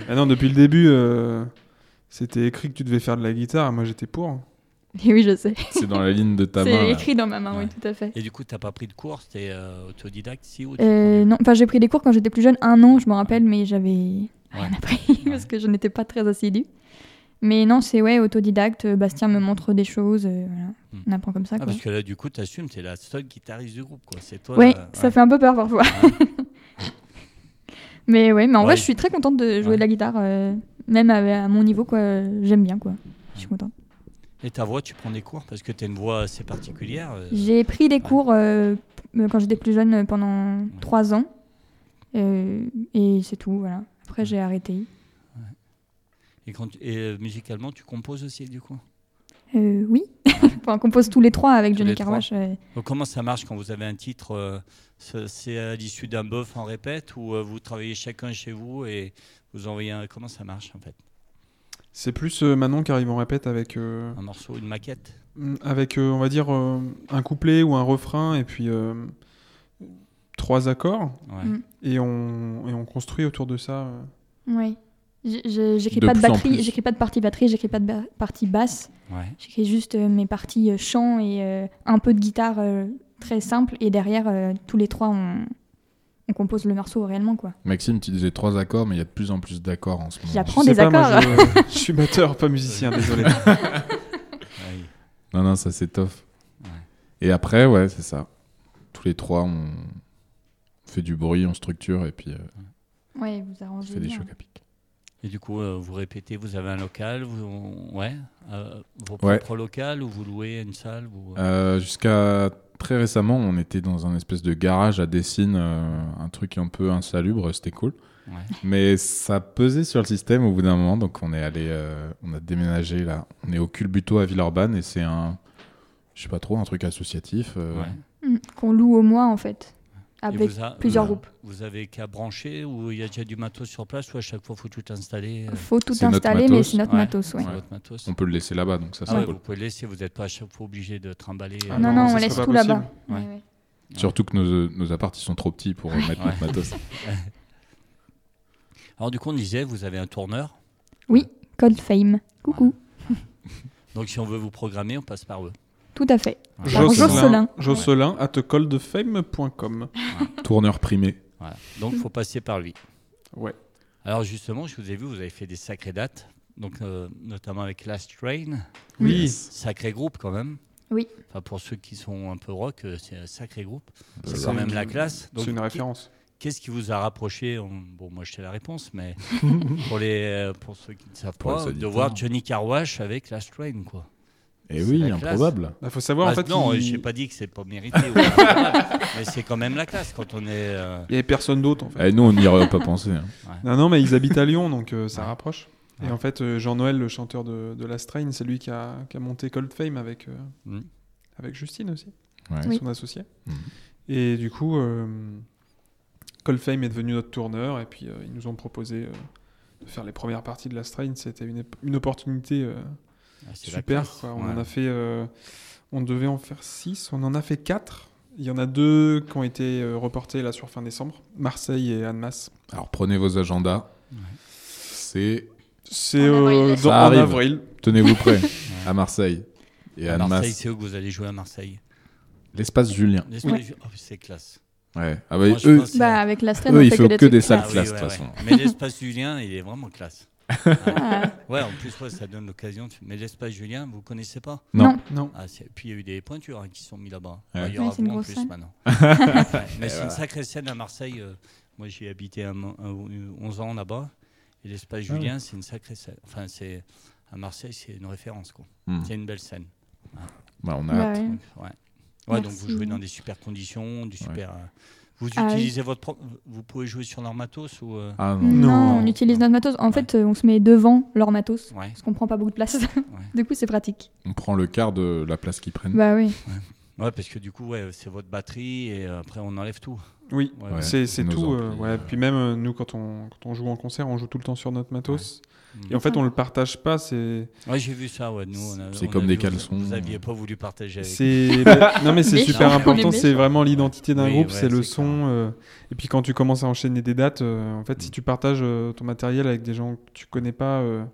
E: Ah non, depuis le début, euh, c'était écrit que tu devais faire de la guitare. Moi, j'étais pour.
C: Et oui, je sais.
D: C'est dans la ligne de ta main.
C: C'est
D: là.
C: écrit dans ma main,
B: Ouais.
C: oui, tout à fait.
B: et du coup t'as pas pris de cours, t'es euh, autodidacte si ou tu-
C: Euh, non, enfin j'ai pris des cours quand j'étais plus jeune, un an je me rappelle, mais j'avais *laughs* rien
B: Ouais.
C: appris parce que je n'étais pas très assidue. Mais non, c'est ouais, autodidacte, euh, Bastien me montre des choses, euh, voilà.
B: Hmm.
C: on apprend comme ça.
B: Ah,
C: Quoi.
B: parce que là du coup t'assumes, t'es la seule guitariste du groupe quoi. C'est toi. euh,
C: ouais,
B: la-
C: ça fait un peu peur parfois. *laughs* mais ouais, mais en
B: Ouais.
C: vrai je suis très contente de jouer
B: Ouais.
C: de la guitare, euh, même à, à mon niveau quoi, euh, j'aime bien quoi, je
B: Hmm.
C: suis contente.
B: Euh, Et ta voix, tu prends des cours parce que t'as une voix assez particulière. euh,
C: J'ai pris des cours euh, p- quand j'étais plus jeune euh, pendant trois ans euh, et c'est tout, voilà. Après j'ai arrêté.
B: Et, quand tu- et, euh, musicalement, tu composes aussi du coup.
C: Euh, oui, *laughs* Enfin, on compose tous les trois avec
B: Tous les
C: Johnny Carwash. euh, ouais.
B: Donc comment ça marche quand vous avez un titre euh, ça- C'est à l'issue d'un bœuf en répète ou euh, vous travaillez chacun chez vous et vous envoyez un... Comment ça marche en fait
E: C'est plus euh, Manon qui arrive en répète avec, euh,
B: Un morceau, une maquette
E: mm, avec euh, on va dire, euh, un couplet ou un refrain et puis euh, trois accords.
B: Ouais.
C: Mm.
E: Et on, et on construit autour de ça. euh.
C: Ouais. J- je- J'écris
D: De
C: pas de
D: plus en
C: batterie,
D: plus.
C: j'écris pas de partie batterie, j'écris pas de ba- partie basse.
B: Ouais.
C: J'écris juste euh, mes parties euh, chant et euh, un peu de guitare euh, très simple. Et derrière, euh, tous les trois, on, on compose le morceau réellement quoi.
D: Maxime, tu disais trois accords, mais il y a de plus en plus d'accords en ce moment.
C: J'apprends
E: Je sais
C: des
E: pas, moi,
C: accords.
E: je, euh, je suis batteur, pas
C: *laughs*
E: musicien, désolé.
B: Euh, *laughs* Ouais.
D: Non, non, ça s'étoffe.
B: Ouais.
D: Et après, ouais, c'est ça. Tous les trois, on fait du bruit, on structure et puis euh,
C: Ouais, vous
D: on
C: arrangez.
D: fait des
C: bien.
D: chocs à pic.
B: Et du coup, euh, vous répétez, vous avez un local, vous, on- ouais, euh, vos
D: Ouais.
B: propres locales ou vous louez une salle vous-
D: Euh, Jusqu'à très récemment, on était dans un espèce de garage à Dessine, euh, un truc un peu insalubre, c'était cool.
B: Ouais.
D: Mais ça pesait sur le système au bout d'un moment, donc on est allé, euh, on a déménagé là. On est au Culbuto à Villeurbanne et c'est un, je sais pas trop, un truc associatif. euh,
B: Ouais.
C: Mm, Qu'on loue au mois en fait. avec
B: vous a-
C: plusieurs
B: vous-
C: groupes.
B: Vous avez qu'à brancher ou il y a déjà du matos sur place ou à chaque fois faut tout installer euh,
C: Faut tout
D: C'est notre
C: installer, mais
D: matos.
C: c'est notre
B: Ouais.
C: matos, ouais.
B: sur votre matos
D: On peut le laisser là-bas, donc ça
B: Ah
D: c'est
B: ouais,
D: cool.
B: Vous pouvez le laisser, vous n'êtes pas à chaque fois obligé de trimballer. euh,
E: Ah
C: non,
E: non,
C: non,
E: ça
C: on
E: serait
C: laisse
E: pas
C: tout là-bas.
E: possible.
B: Ouais.
C: Ouais, ouais.
D: Surtout que nos, nos apparts ils sont trop petits pour euh, mettre
B: Ouais.
D: notre matos.
B: Alors du coup, on disait, vous avez un tourneur.
C: Cold Fame. Coucou.
B: Donc si on veut vous programmer, on passe par eux.
C: Tout à fait.
B: Alors,
C: Jocelyn.
E: Jocelyn, Jocelyn at coldfame.com.
D: Tourneur primé.
B: Voilà. Donc il faut passer par lui.
E: Ouais.
B: Alors justement, je vous ai vu, vous avez fait des sacrées dates. Donc euh, notamment avec Last Train,
E: Oui.
B: sacré groupe quand même.
C: Oui.
B: Enfin, pour ceux qui sont un peu rock, euh, c'est un sacré groupe.
E: C'est
B: C'est quand
E: ça.
B: même la classe. Donc,
E: C'est une
B: qui-
E: référence.
B: Qu'est-ce qui vous a rapproché on- Bon, moi je sais la réponse, mais pour, les, euh, pour ceux qui ne savent
D: Pour les
B: pas, de
D: auditeurs.
B: voir Johnny Carwash avec Last Train, quoi.
D: Et
B: C'est
D: Eh oui,
B: la classe.
D: improbable.
E: Il Bah, faut savoir, en
B: Ah,
E: fait,
B: non,
E: il...
B: je n'ai pas dit que c'est pas mérité, ou
E: *laughs*
B: pas, mais c'est quand même la classe quand on est. euh,
E: il y avait personne d'autre, en fait.
D: Et Eh, nous, on n'y aurait pas pensé. hein.
E: Non, non, mais ils habitent à Lyon, donc euh, ça rapproche.
B: Ouais.
E: Et en fait, euh, Jean-Noël, le chanteur de, de Last Train, c'est lui qui a, qui a monté Cold Fame avec, euh,
B: Mm.
E: avec Justine aussi,
D: Ouais.
C: Oui.
E: son associé.
D: Mhm.
E: Et du coup, euh, Cold Fame est devenu notre tourneur, et puis euh, ils nous ont proposé euh, de faire les premières parties de Last Train. C'était une, ép- une opportunité euh,
B: ah, c'est la
E: super.
B: classe.
E: quoi. On,
B: Ouais.
E: en a fait, euh, on devait en faire 6, on en a fait 4. Il y en a deux qui ont été euh, reportés là sur fin décembre, Marseille et Annemasse.
D: Alors prenez vos agendas. C'est
E: C'est
C: En avril.
E: euh, dans-
D: Ça
E: en
D: arrive.
E: avril.
B: *laughs*
D: tenez-vous prêts à Marseille et à
B: À Marseille,
D: Annemasse.
B: c'est eux que vous allez jouer à Marseille.
D: L'espace Julien.
B: N'est-ce
C: Oui.
B: pas, les ju- oh, c'est classe.
D: Ouais. Ah bah,
B: Moi, je
D: eux,
B: pense- C'est-
C: Bah, avec la stream,
D: eux,
C: on
D: ils
C: fait
D: font
C: que des,
D: que
C: trucs
D: des
B: Ah
D: salles
C: classe.
D: Ah, classe, de toute façon.
B: Mais l'espace Julien, il est vraiment classe.
D: *laughs*
C: Ah,
B: Ouais, en plus, ouais, ça donne l'occasion. de- Mais l'espace Julien, vous connaissez pas
D: Non.
C: Non.
E: Non.
B: Ah, c'est- Puis il y a eu des pointures hein, qui sont mises là-bas.
D: Ouais.
B: Bah, il y
C: Ouais,
B: aura
C: c'est une
B: vous en
C: grosse
B: plus
C: salle. *laughs*
B: maintenant. Ouais, mais c'est une sacrée scène à Marseille. euh, moi, j'y ai habité un mo- un ou- 11 ans là-bas. Et l'espace
E: Ah ouais.
B: Julien, c'est une sacrée scène. Enfin, c'est à Marseille, c'est une référence. quoi.
D: Hmm.
B: C'est une belle scène.
D: Bah, on a
C: bah
D: hâte.
C: ouais.
B: Donc, ouais. Ouais, donc vous
C: Merci.
B: jouez dans des super conditions, du super. euh, vous
C: Ah oui.
B: utilisez votre propre. Vous pouvez jouer sur leur matos ou. euh,
D: Ah non.
C: Non,
E: Non.
C: on utilise notre matos. En fait, euh, on se met devant leur matos.
B: Ouais.
C: Parce qu'on prend pas beaucoup de place. *laughs* du coup, c'est pratique.
E: Mm.
D: On prend le quart de la place qu'ils prennent.
C: Bah oui.
B: Ouais, parce que du coup, ouais, c'est votre batterie et euh, après on enlève tout.
E: Oui,
B: Ouais,
D: Ouais.
E: c'est c'est
D: nos
E: tout. euh,
D: amplis,
E: ouais.
D: euh.
E: Puis même, euh, nous, quand on, quand on joue en concert, on joue tout le temps sur notre matos.
B: Ouais.
C: Mm.
E: Et en fait, on le partage pas. C'est.
B: Ouais, j'ai vu ça. Ouais, nous, on a-
D: C'est
B: on
D: comme
B: a
D: des
B: vu, vous-
D: caleçons.
B: Vous aviez pas voulu partager. Avec
E: c'est- bah, non, *laughs* mais c'est
C: Méchant.
E: super
B: On est
E: important. C'est
C: méchant.
E: vraiment l'identité d'un
B: Oui,
E: groupe,
B: ouais,
E: c'est le
B: c'est
E: son.
B: clair.
E: euh, et puis quand tu commences à enchaîner des dates, euh, en fait,
B: Mm.
E: si tu partages euh, ton matériel avec des gens que tu connais pas, euh,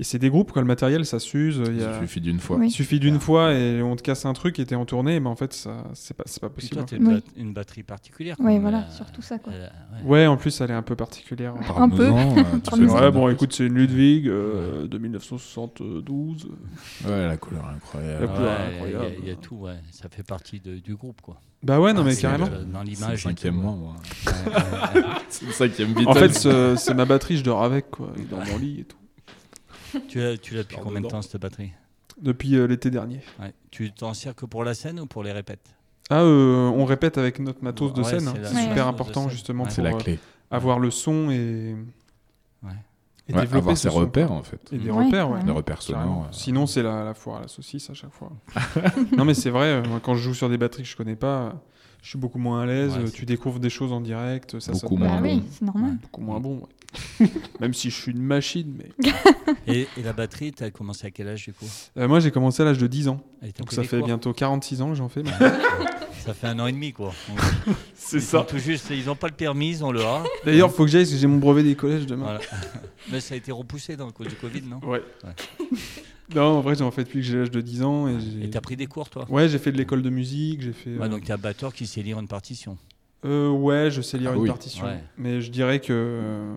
E: et c'est des groupes, quoi, le matériel, ça s'use. euh, il y a-
D: Il suffit d'une fois.
C: Oui.
E: Il suffit d'une fois et on te casse un truc et t'es en tournée, mais en fait, ça, c'est pas, c'est pas
B: Puis
E: possible. hein.
B: toi,
E: en
B: t'as
E: fait.
B: une,
C: Oui.
B: bat- une batterie particulière.
C: Ouais,
B: comme,
C: voilà,
B: euh,
C: surtout ça, quoi.
B: euh, ouais.
E: Ouais, en plus, elle est un peu particulière.
D: Parle-nous-en,
C: peu. *laughs*
D: euh, tu fais
C: Ouais,
D: ça.
E: Ouais, bon, écoute, c'est une Ludwig de 1972.
D: Ouais, la couleur est incroyable.
E: La
B: Ouais,
E: couleur. hein,
B: il y a- il y, a
E: incroyable.
B: tout, ouais. ça fait partie de- du groupe. Quoi.
E: Bah ouais, non, mais
B: C'est,
E: carrément.
B: euh, dans
D: C'est le
B: l'image. et
D: cinquième
B: tout, ouais.
D: membre.
B: Ouais, ouais, ouais.
D: *laughs* C'est le cinquième Beatles.
E: En fait, ce- c'est ma batterie, je dors avec, quoi. Et dans mon lit et tout.
B: tu l'as, tu l'as depuis
D: Genre
B: combien de
D: dedans.
B: temps cette batterie
E: Depuis euh, l'été dernier.
B: Ouais. Tu t'en sers que pour la scène ou pour les répètes
E: Ah, euh, on répète avec notre matos de
B: Ouais,
E: scène.
B: c'est
E: hein.
B: la-
E: C'est
C: Ouais.
E: super
B: matos de
E: important,
B: scène.
E: justement,
B: Ouais.
D: c'est
E: pour
D: la
E: euh,
D: clé.
E: avoir le son et,
B: Ouais.
E: et
D: Ouais,
E: développer
D: avoir
E: ce
D: ses
E: son.
D: repères, en fait.
E: Et des
C: Ouais,
E: repères, ouais.
B: Mm.
C: carrément.
D: Les repères
E: Carrément.
D: sonores. euh,
E: Sinon, c'est la, la foire à la saucisse à
D: *laughs*
E: chaque fois. non, mais c'est vrai, euh, moi, quand je joue sur des batteries que je connais pas, je suis beaucoup moins à l'aise.
B: Ouais,
E: euh,
B: c'est
E: tu découvres des choses en direct. Ça
D: Beaucoup
E: sonne
C: Bah
D: moins
C: oui,
D: bon.
C: c'est normal.
E: beaucoup moins bon. ouais. Même si je suis une machine, mais.
B: et, et la batterie, tu as commencé à quel âge du coup
E: Euh, moi, j'ai commencé à l'âge de 10 ans.
B: Et t'as
E: Donc
B: pris
E: ça
B: des
E: fait
B: cours
E: bientôt 46 ans que j'en
D: *laughs*
E: fais. mais-
B: Ça fait un an et demi,
E: *laughs*
B: quoi.
E: C'est
B: Ils sont tout juste, ils n'ont pas le permis, ils ont le A.
E: D'ailleurs, faut que j'aille parce que j'ai mon brevet des collèges demain.
B: Voilà. Mais ça a été repoussé dans, à cause du Covid, non
E: Ouais. Non, en vrai, j'en fais depuis que j'ai l'âge de 10 ans. Et j'ai...
B: Et t'as Bah, pris des cours, toi
E: Ouais, j'ai fait de l'école de musique, j'ai fait. euh,
B: Ouais, donc t'es un batteur qui sait lire une partition.
E: euh, ouais, je sais lire
D: Ah
E: une
D: oui.
E: partition.
B: Ouais.
E: Mais je dirais que euh,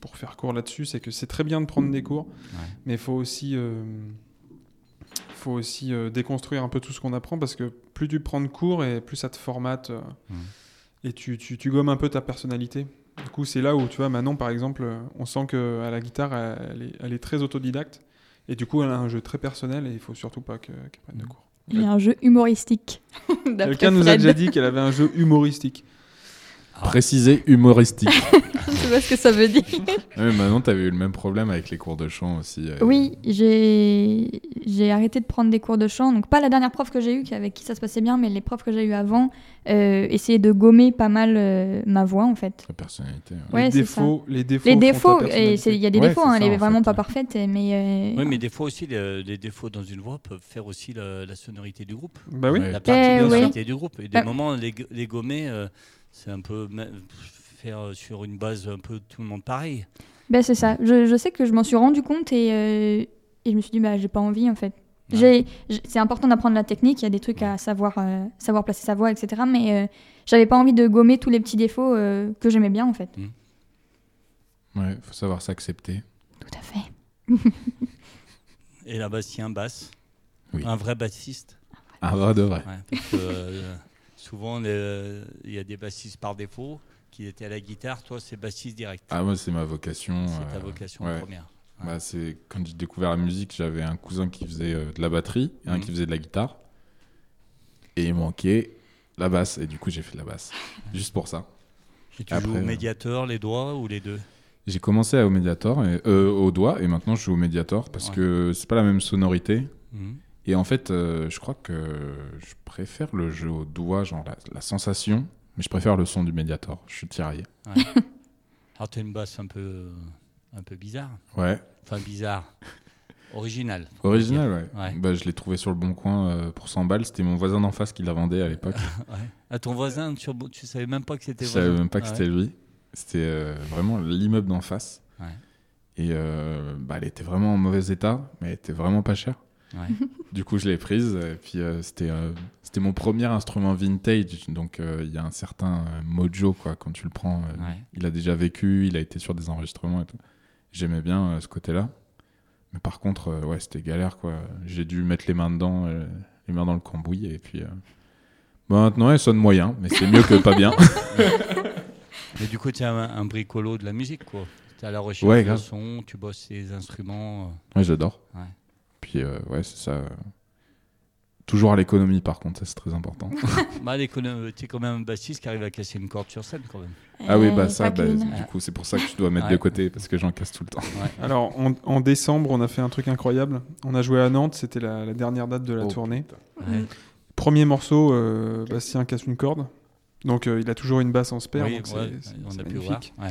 E: pour faire court là-dessus, c'est que c'est très bien de prendre des cours, mais il faut aussi, euh, faut aussi euh, déconstruire un peu tout ce qu'on apprend parce que plus tu prends de cours et plus ça te formate euh,
B: Mhm.
E: et tu, tu, tu gommes un peu ta personnalité. Du coup, c'est là où tu vois Manon, par exemple, euh, on sent que à la guitare, elle est, elle est très autodidacte et du coup, elle a un jeu très personnel et il faut surtout pas que- qu'elle prenne de
D: Mm.
E: cours.
C: Il y a un jeu humoristique. *laughs* d'après
E: Quelqu'un nous a
C: Fred.
E: déjà dit qu'elle avait un jeu humoristique.
D: Précisé humoristique.
C: Je sais pas ce que ça veut dire.
D: Ah oui, maintenant, t'avais eu le même problème avec les cours de chant aussi. euh,
C: *laughs* Oui, j'ai j'ai arrêté de prendre des cours de chant. Donc, pas la dernière prof que j'ai eue, qui- avec qui ça se passait bien, mais les profs que j'ai eus avant euh, essayaient de gommer pas mal euh, ma voix, en fait.
D: La personnalité. ouais.
C: Ouais,
E: les,
C: c'est
E: défauts, les défauts.
C: Les
E: font ta
C: défauts, et
E: personnalité.
C: c'est- il y a des
D: Ouais,
C: défauts,
D: c'est
C: hein,
D: ça,
C: elle
D: en
C: est vraiment
D: fait,
C: pas
D: ouais.
C: parfaite, mais. euh,
B: Oui, mais des fois aussi, le- les défauts dans une voix peuvent faire aussi la, la sonorité du groupe.
E: Bah oui.
D: Ouais.
B: La
C: Eh,
B: particularité du groupe. Et des
C: Bah-
B: moments, les, g- les gommer, euh, c'est un peu ma- faire euh, sur une base un peu tout le monde pareil.
C: Ben c'est ça. Je, je sais que je m'en suis rendu compte et, euh, et je me suis dit bah j'ai pas envie en fait.
B: Ouais.
C: J'ai- j'- C'est important d'apprendre la technique, il y a des trucs à savoir, euh, savoir placer sa voix, etc. Mais euh, j'avais pas envie de gommer tous les petits défauts euh, que j'aimais bien en fait.
D: Ouais, faut savoir s'accepter.
C: Tout à fait.
B: Et la Bastien basse.
D: Oui.
B: Un vrai bassiste.
D: Ah, vrai de vrai.
B: Ouais, parce que, euh, souvent, les- il y a des bassistes par défaut qui étaient à la guitare. Toi, c'est bassiste direct.
D: Ah, moi, c'est ma vocation.
B: c'est ta
D: euh,
B: vocation
D: ouais.
B: première.
D: Bah, c'est quand j'ai découvert la musique, j'avais un cousin qui faisait euh, de la batterie et un
B: Mhm.
D: qui faisait de la guitare. Et il manquait la basse. Et du coup, j'ai fait de la
B: *laughs*
D: basse. Juste pour ça.
B: Et tu
D: Après,
B: joues au
D: euh,
B: médiateur, les doigts ou les deux
D: J'ai commencé au Mediator, et, euh, au doigt, et maintenant je joue au Mediator parce
B: Ouais.
D: que c'est pas la même sonorité.
B: Mhm.
D: Et en fait, euh, je crois que je préfère le jeu au doigt, genre la, la sensation, mais je préfère le son du Mediator. Je suis tiraillé.
B: Alors, tu une basse un peu, euh, un peu bizarre.
D: Ouais.
B: Enfin,
D: *laughs*
B: bizarre. Original. faut
D: Original, ouais.
B: Ouais.
D: Bah, je l'ai trouvé sur le bon coin euh, pour 100 balles. C'était mon voisin d'en face qui la vendait à l'époque.
B: dire. Ouais. À ton voisin, tu, tu savais même pas que c'était
D: Je savais
B: Ah, voisin.
D: même pas que
B: Ah ouais.
D: c'était lui. C'était euh, vraiment l'immeuble d'en face.
B: Ouais.
D: Et euh, bah, elle était vraiment en mauvais état, mais elle était vraiment pas chère.
B: Ouais.
D: Du coup, je l'ai prise. Et puis, euh, c'était euh, c'était mon premier instrument vintage. Donc, euh, il y a un certain euh, mojo, quoi, quand tu le prends. euh,
B: Ouais.
D: Il a déjà vécu, il a été sur des enregistrements et tout. J'aimais bien euh, ce côté-là. Mais par contre, euh, ouais, c'était galère, quoi. J'ai dû mettre les mains dedans, euh, les mains dans le cambouis. Et puis, euh, bah, maintenant, elle sonne moyen, mais c'est mieux que pas
B: *laughs*
D: bien.
B: Mais du coup, tu es un, un bricolo de la musique, quoi. Tu es à la recherche
D: Ouais,
B: de
D: grave.
B: son, tu bosses les instruments. euh.
D: Ouais, j'adore.
B: Ouais.
D: Puis, euh, ouais, c'est ça. euh. Toujours à l'économie, par contre, ça c'est très important.
B: Bah, tu es quand même un bassiste qui arrive à casser une corde sur scène, quand même.
D: ah oui,
C: Euh,
D: bah ça,
C: pas
D: bah,
C: qu'une.
D: du coup, c'est pour ça que je dois mettre
B: Ouais.
D: de côté parce que j'en casse tout le temps.
E: Alors, en, en décembre, on a fait un truc incroyable. On a joué à Nantes, c'était la, la dernière date de la
D: Oh,
E: tournée.
B: Ouais.
E: Premier morceau, euh, Bastien casse une corde. Donc, euh, il a toujours une basse en spare.
B: Oui,
E: donc c'est-
B: ouais,
E: c'est-
B: on
E: c'est
B: a pu voir.
E: magnifique.
B: Ouais.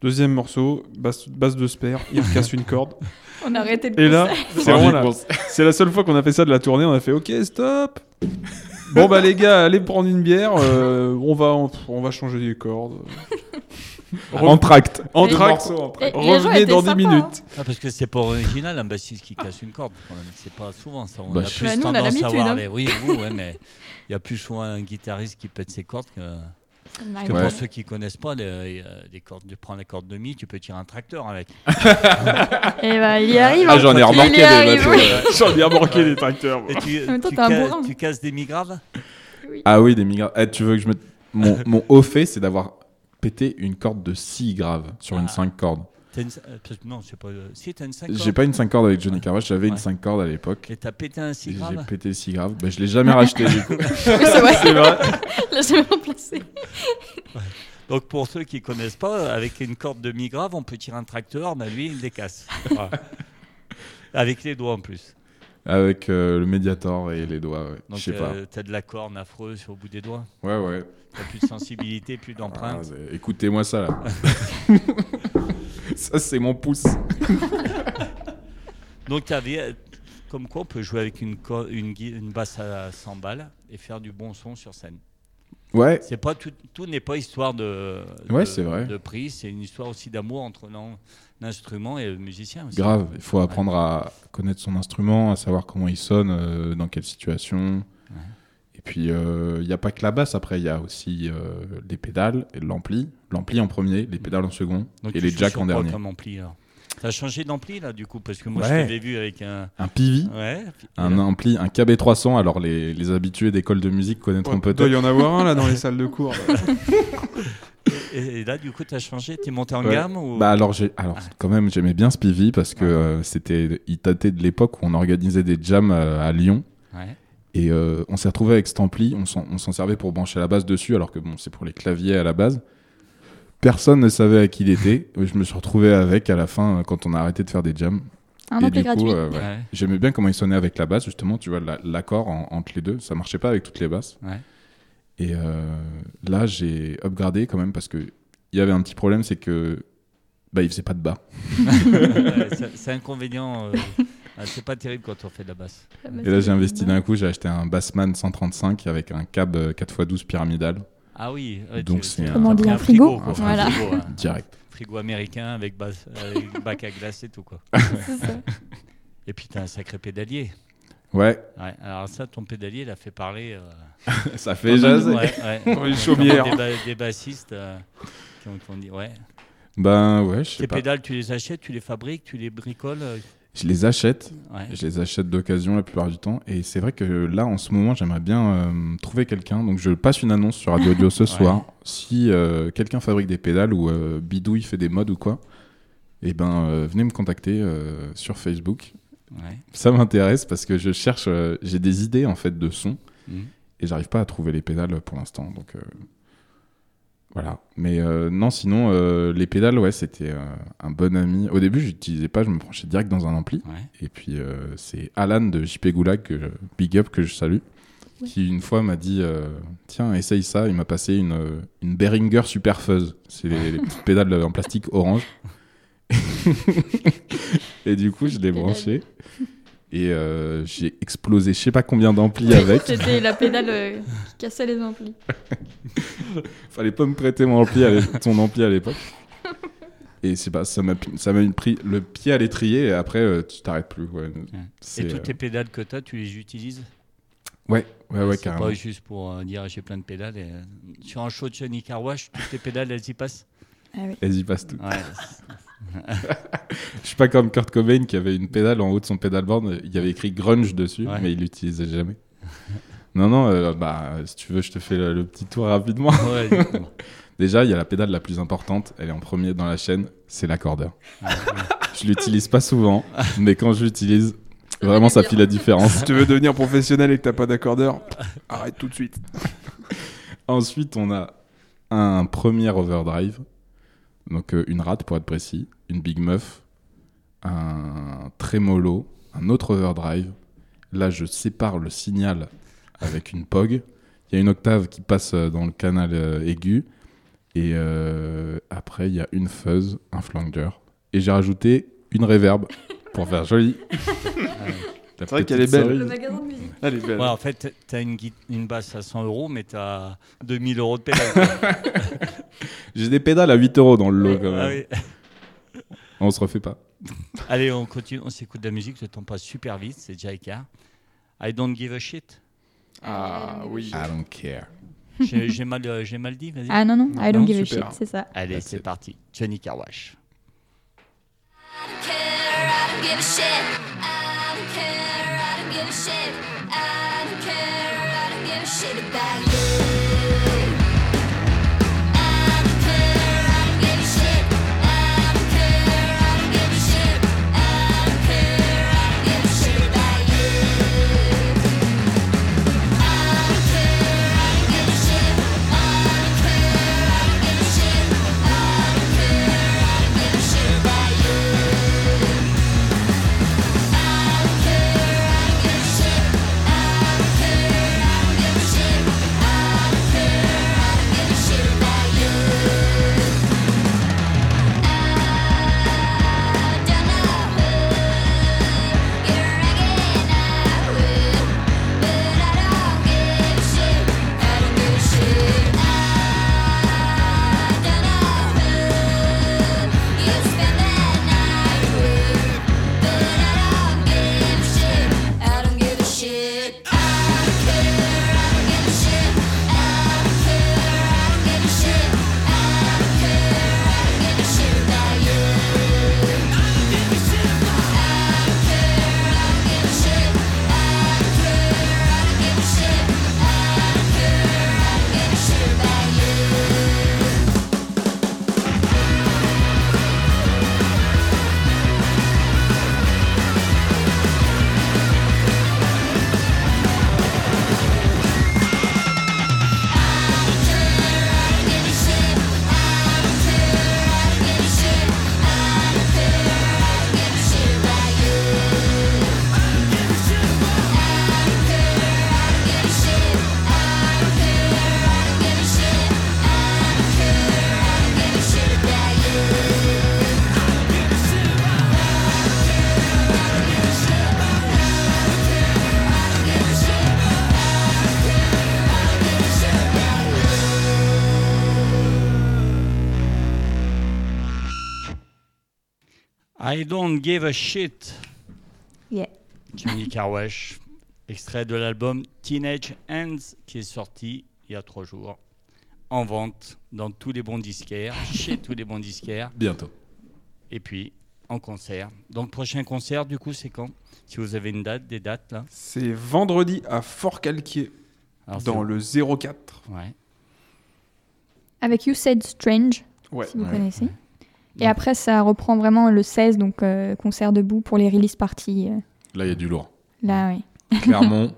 E: Deuxième morceau, basse, basse de spare,
B: *laughs*
E: il casse
C: *laughs*
E: une corde.
C: On a arrêté le
E: Et là, c'est vraiment la,
D: Bon, c'est-
E: *laughs* c'est la seule fois qu'on a fait ça de la tournée. On a fait OK, stop. Bon bah les gars, allez prendre une bière. euh, on va on, va changer les cordes.
D: En tract.
E: En
C: Et-
E: tract,
C: Et- les gens
E: revenez
C: étaient
E: dans 10
C: sympas,
E: minutes.
B: Ah, parce que c'est pas original, un bassiste qui casse une corde, quand même. C'est pas souvent, ça. On
D: Bah,
B: a
D: je-
B: plus
C: Bah, nous, on a
B: tendance à
C: l'habitude,
B: voir
C: hein.
B: les- Oui, vous, ouais, mais il y a plus souvent un guitariste qui pète ses cordes que...
C: Ça
B: Parce
C: m'arrive
B: que
C: pas.
D: Ouais.
B: pour ceux qui connaissent pas, les, euh, les cordes, tu prends la corde demi, tu peux tirer un tracteur avec.
C: Et bah, il y arrive.
D: Ah,
C: hein.
D: j'en ai remarqué
C: Il
D: des
C: y arrive,
D: bateaux,
C: oui.
D: ouais.
E: J'en ai remorqué les tracteurs.
B: Et
C: *laughs*
B: tu,
C: même temps,
B: tu
C: t'es un
B: ca-
C: bourrin.
B: tu casses des migraves
D: Ah oui, des migrants. Eh, tu veux que je me.
B: *laughs*
D: Mon, mon haut fait, c'est d'avoir pété une corde de 6 graves sur
B: Ah.
D: une 5 cordes.
B: T'as une- euh, parce que Non, c'est pas. euh, Si, t'as une 5
D: J'ai pas une 5 cordes avec Johnny
B: Ouais.
D: Carwash, j'avais
B: Ouais.
D: une 5 cordes à l'époque.
B: Et t'as pété un
D: Et J'ai
B: cigrave
D: pété 6 graves. Bah, je l'ai
B: *laughs*
D: jamais racheté du coup.
C: Oui, *laughs* c'est vrai. Je l'ai jamais remplacé.
B: Donc pour ceux qui connaissent pas, euh, avec une corde demi-grave, on peut tirer un tracteur, mais lui, il les
D: *laughs*
B: casse. Voilà. Avec les doigts en plus.
D: Avec euh, le Mediator et les doigts, ouais.
B: Donc
D: Je sais pas.
B: euh, t'as de la corne affreuse au bout des doigts.
D: Ouais, ouais.
B: T'as plus de sensibilité, plus
D: Ah,
B: d'empreinte.
D: c'est- Écoutez-moi
B: *laughs*
D: ça là. *laughs* ça, c'est mon pouce.
B: Donc t'avais. euh, Comme quoi, on peut jouer avec une, co- une, gui- une basse à 100 balles et faire du bon son sur scène.
D: Ouais,
B: C'est pas tout, tout n'est pas histoire de,
D: Ouais,
B: de-
D: c'est vrai.
B: de prix, c'est une histoire aussi d'amour entre l'in- l'instrument et le musicien. aussi.
D: Grave, il faut apprendre à connaître son instrument, à savoir comment il sonne, euh, dans quelle situation.
B: Ouais.
D: Et puis, euh, il n'y a pas que la basse, après, il y a aussi euh, les pédales et l'ampli. L'ampli en premier, les pédales en second
B: Donc
D: et
B: tu
D: les
B: joues
D: jacks
B: sur
D: en
B: quoi
D: dernier.
B: comme ampli, alors T'as changé d'ampli là du coup parce que moi
D: Ouais.
B: je t'avais vu avec un
D: Un PV,
B: ouais,
D: un ampli, un KB300. Alors, les, les habitués d'école de musique connaîtront
E: Il doit
D: peut-être.
E: y en avoir un là dans les salles de cours.
B: et, et là du coup t'as changé, t'es monté en
D: Ouais.
B: gamme ou
D: Bah alors, j'ai- alors quand même, j'aimais bien ce PV parce que euh, c'était, il datait de l'époque où on organisait des jams euh, à Lyon.
B: Ouais.
D: Et euh, on s'est retrouvé avec cet ampli, on s'en on s'en servait pour brancher la basse dessus, alors que bon, c'est pour les claviers à la base. Personne ne savait à qui il était. Je me suis retrouvé avec à la fin euh, quand on a arrêté de faire des jams.
C: Un
D: Et
C: ampli
D: du
C: gratuit.
D: coup, euh, ouais. *laughs*
B: Ouais.
D: J'aimais bien comment il sonnait avec la basse, justement, tu vois, la- l'accord en- entre les deux. Ça marchait pas avec toutes les basses.
B: Ouais.
D: Et euh, là, j'ai upgradé quand même parce que il y avait un petit problème, c'est que bah, il faisait pas de bas.
B: Ouais, c'est- c'est inconvénient. euh, ah, c'est pas terrible quand on fait de la basse.
C: Ah, bah,
D: Et là, j'ai investi d'un coup, j'ai acheté un Bassman 135 avec un cab euh, 4x12 pyramidal
B: Ah oui. ouais,
D: Donc
B: tu- tu-
D: c'est un-
B: t'as
D: Comment on
B: pris
D: dit,
C: un frigo
B: quoi, un
C: Voilà.
B: frigo, hein.
D: direct.
B: Frigo américain avec, basse- avec bac à glace et tout quoi. Et puis t'as un sacré pédalier.
D: Ouais,
B: Ouais, alors ça, ton pédalier, il a fait parler. euh,
D: *laughs* ça
B: Ouais,
D: fait jaser.
B: ouais.
D: *laughs*
E: Dans les chaumières.
B: Des, ba- des bassistes euh, qui ont qui ont dit ouais.
D: Ben ouais, je sais
B: Tes
D: pas.
B: pédales, tu les achètes, tu les fabriques, tu les bricoles. euh,
D: Je les achète.
B: ouais.
D: Je les achète d'occasion la plupart du temps. Et c'est vrai que là, en ce moment, j'aimerais bien euh, trouver quelqu'un. Donc, je passe une annonce sur Radio Audio ce soir. Si euh, quelqu'un fabrique des pédales ou euh, bidouille fait des mods ou quoi, eh ben, euh, venez me contacter euh, sur Facebook.
B: Ouais.
D: Ça m'intéresse parce que je cherche. euh, J'ai des idées en fait de sons
B: Mhm.
D: et j'arrive pas à trouver les pédales pour l'instant. Donc euh, voilà. Mais euh, non, sinon euh, les pédales, ouais, c'était euh, un bon ami. Au début, j'utilisais pas. Je me branchais direct dans un ampli.
B: Ouais.
D: Et puis euh, c'est Alan de JP Goulag, que je- Big Up, que je salue,
C: Ouais.
D: qui une fois m'a dit euh, Tiens, essaye ça. Il m'a passé une, euh, une Behringer Super Fuzz. C'est les, les petites pédales en
C: *laughs*
D: plastique orange. et du coup, je l'ai
C: Pédale.
D: branché. Et euh, j'ai explosé je sais pas combien d'amplis avec.
C: *laughs* C'était la pédale euh, qui cassait les amplis.
D: *laughs* Fallait pas me prêter mon ampli à l'é- ton ampli à l'époque. Et c'est pas, ça m'a pi- ça m'a pris le pied à l'étrier et après euh, tu t'arrêtes plus. Ouais, C'est,
B: Et toutes
D: euh,
B: les pédales que tu as, tu les utilises
D: ouais, Ah ouais, ouais,
B: C'est
D: carrément.
B: pas juste pour euh, dire j'ai plein de pédales. et, euh, sur un show de Johnny Car Wash, toutes tes pédales, elles y passent
D: Vas-y, passe tout. *laughs*
B: Ouais.
D: Je suis pas comme Kurt Cobain qui avait une pédale en haut de son pédalboard, il y avait écrit grunge dessus,
B: Ouais.
D: mais il l'utilisait jamais. non, non, euh, bah, si tu veux, je te fais le, le petit tour rapidement. *laughs*
B: Ouais, dites-moi.
D: Euh. Déjà, il y a la pédale la plus importante, elle est en premier dans la chaîne, c'est l'accordeur. je l'utilise pas souvent, mais quand je l'utilise, vraiment ça fait la différence.
E: *laughs* Si tu veux devenir professionnel et que t'as pas d'accordeur, arrête tout de suite.
D: Ensuite, on a un premier overdrive, donc euh, une rate pour être précis, une big muff, un trémolo, un autre overdrive. Là, je sépare le signal avec une POG. Il y a une octave qui passe euh, dans le canal euh, aigu. Et euh, après, il y a une fuzz, un flanger. Et j'ai rajouté une reverb pour
B: *laughs*
D: faire joli. C'est
E: vrai qu'elle est belle.
C: Le magasin de musique.
E: Elle est belle.
B: Ouais, en fait, tu as une, gui- une basse à 100 euros, mais tu as 2000 euros de pédales. quoi.
D: J'ai des pédales à 8 euros dans le lot quand même.
B: Ah oui.
D: On se refait pas.
B: Allez, on continue, on s'écoute de la musique, le temps passe super vite, c'est Jay Carr. I don't give a shit.
E: Ah oui.
D: I don't care.
B: J'ai j'ai mal, euh, j'ai mal dit, vas-y.
C: Ah non, non, I
B: Non,
C: don't give a shit,
E: super.
C: c'est ça.
B: Allez,
D: That's
B: c'est
D: it.
B: parti. Johnny Carwash.
F: care, I don't give a shit. I don't care, I don't give a shit. I don't care, I don't give a shit about you. I don't care, I don't give a shit. I don't care, I don't give a shit. I don't care, I don't give a shit about you. I don't care, I don't give a shit. I don't care, I don't give a shit. I don't care, I don't give a shit about you. I don't care, I don't give a shit. I don't care, I don't give a shit. I
B: I don't give a shit.
C: Yeah.
B: Jimmy Carwash, extrait de l'album Teenage Hands qui est sorti il y a trois jours, en vente dans tous les bons disquaires, chez tous les bons disquaires,
D: Bientôt.
B: et puis en concert. Donc prochain concert, du coup, c'est quand Si vous avez une date, des dates là
E: C'est vendredi à Fort Calquier,
B: Alors,
E: dans
B: c'est-
E: le 04.
B: Ouais.
C: Avec You Said Strange,
E: Ouais.
C: si vous
D: Ouais.
C: connaissez. Et
B: Ouais.
C: après, ça reprend vraiment le 16, donc euh, concert debout pour les release parties. euh,
D: Là, il y a
C: *laughs*
D: du lourd.
C: là, oui.
D: Clermont,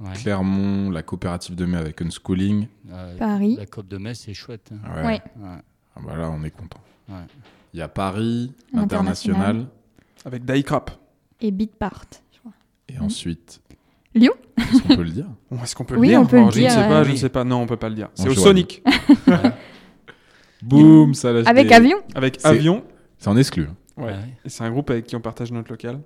B: ouais.
D: Clermont, la coopérative de mai avec Unschooling.
B: Euh,
C: Paris.
B: La Coupe de Metz, c'est chouette. hein.
D: Ah
C: Ouais.
B: Ouais.
D: Ah bah là, on est content. Il
B: Ouais.
D: y a Paris,
C: International.
D: International,
E: Avec Daikrap.
C: Et Beat Part, je crois.
D: et ensuite.
C: Lyon
D: Est-ce qu'on peut
C: *laughs*
D: le dire
E: Est-ce qu'on peut
C: Oui,
E: le dire
C: on peut le
E: Alors, Je
C: dire,
E: ne sais pas,
B: euh.
E: je ne
B: Oui.
E: sais pas. Non, on peut pas le dire. C'est
D: On
E: au
D: joue à
E: Sonic,
D: Boum, ça lâche
C: Avec
D: des-
C: avion
E: avec
D: C'est-
E: Avion.
D: C'est en exclu. hein.
E: Ouais.
B: Ouais.
E: Et c'est un groupe avec qui on partage notre local.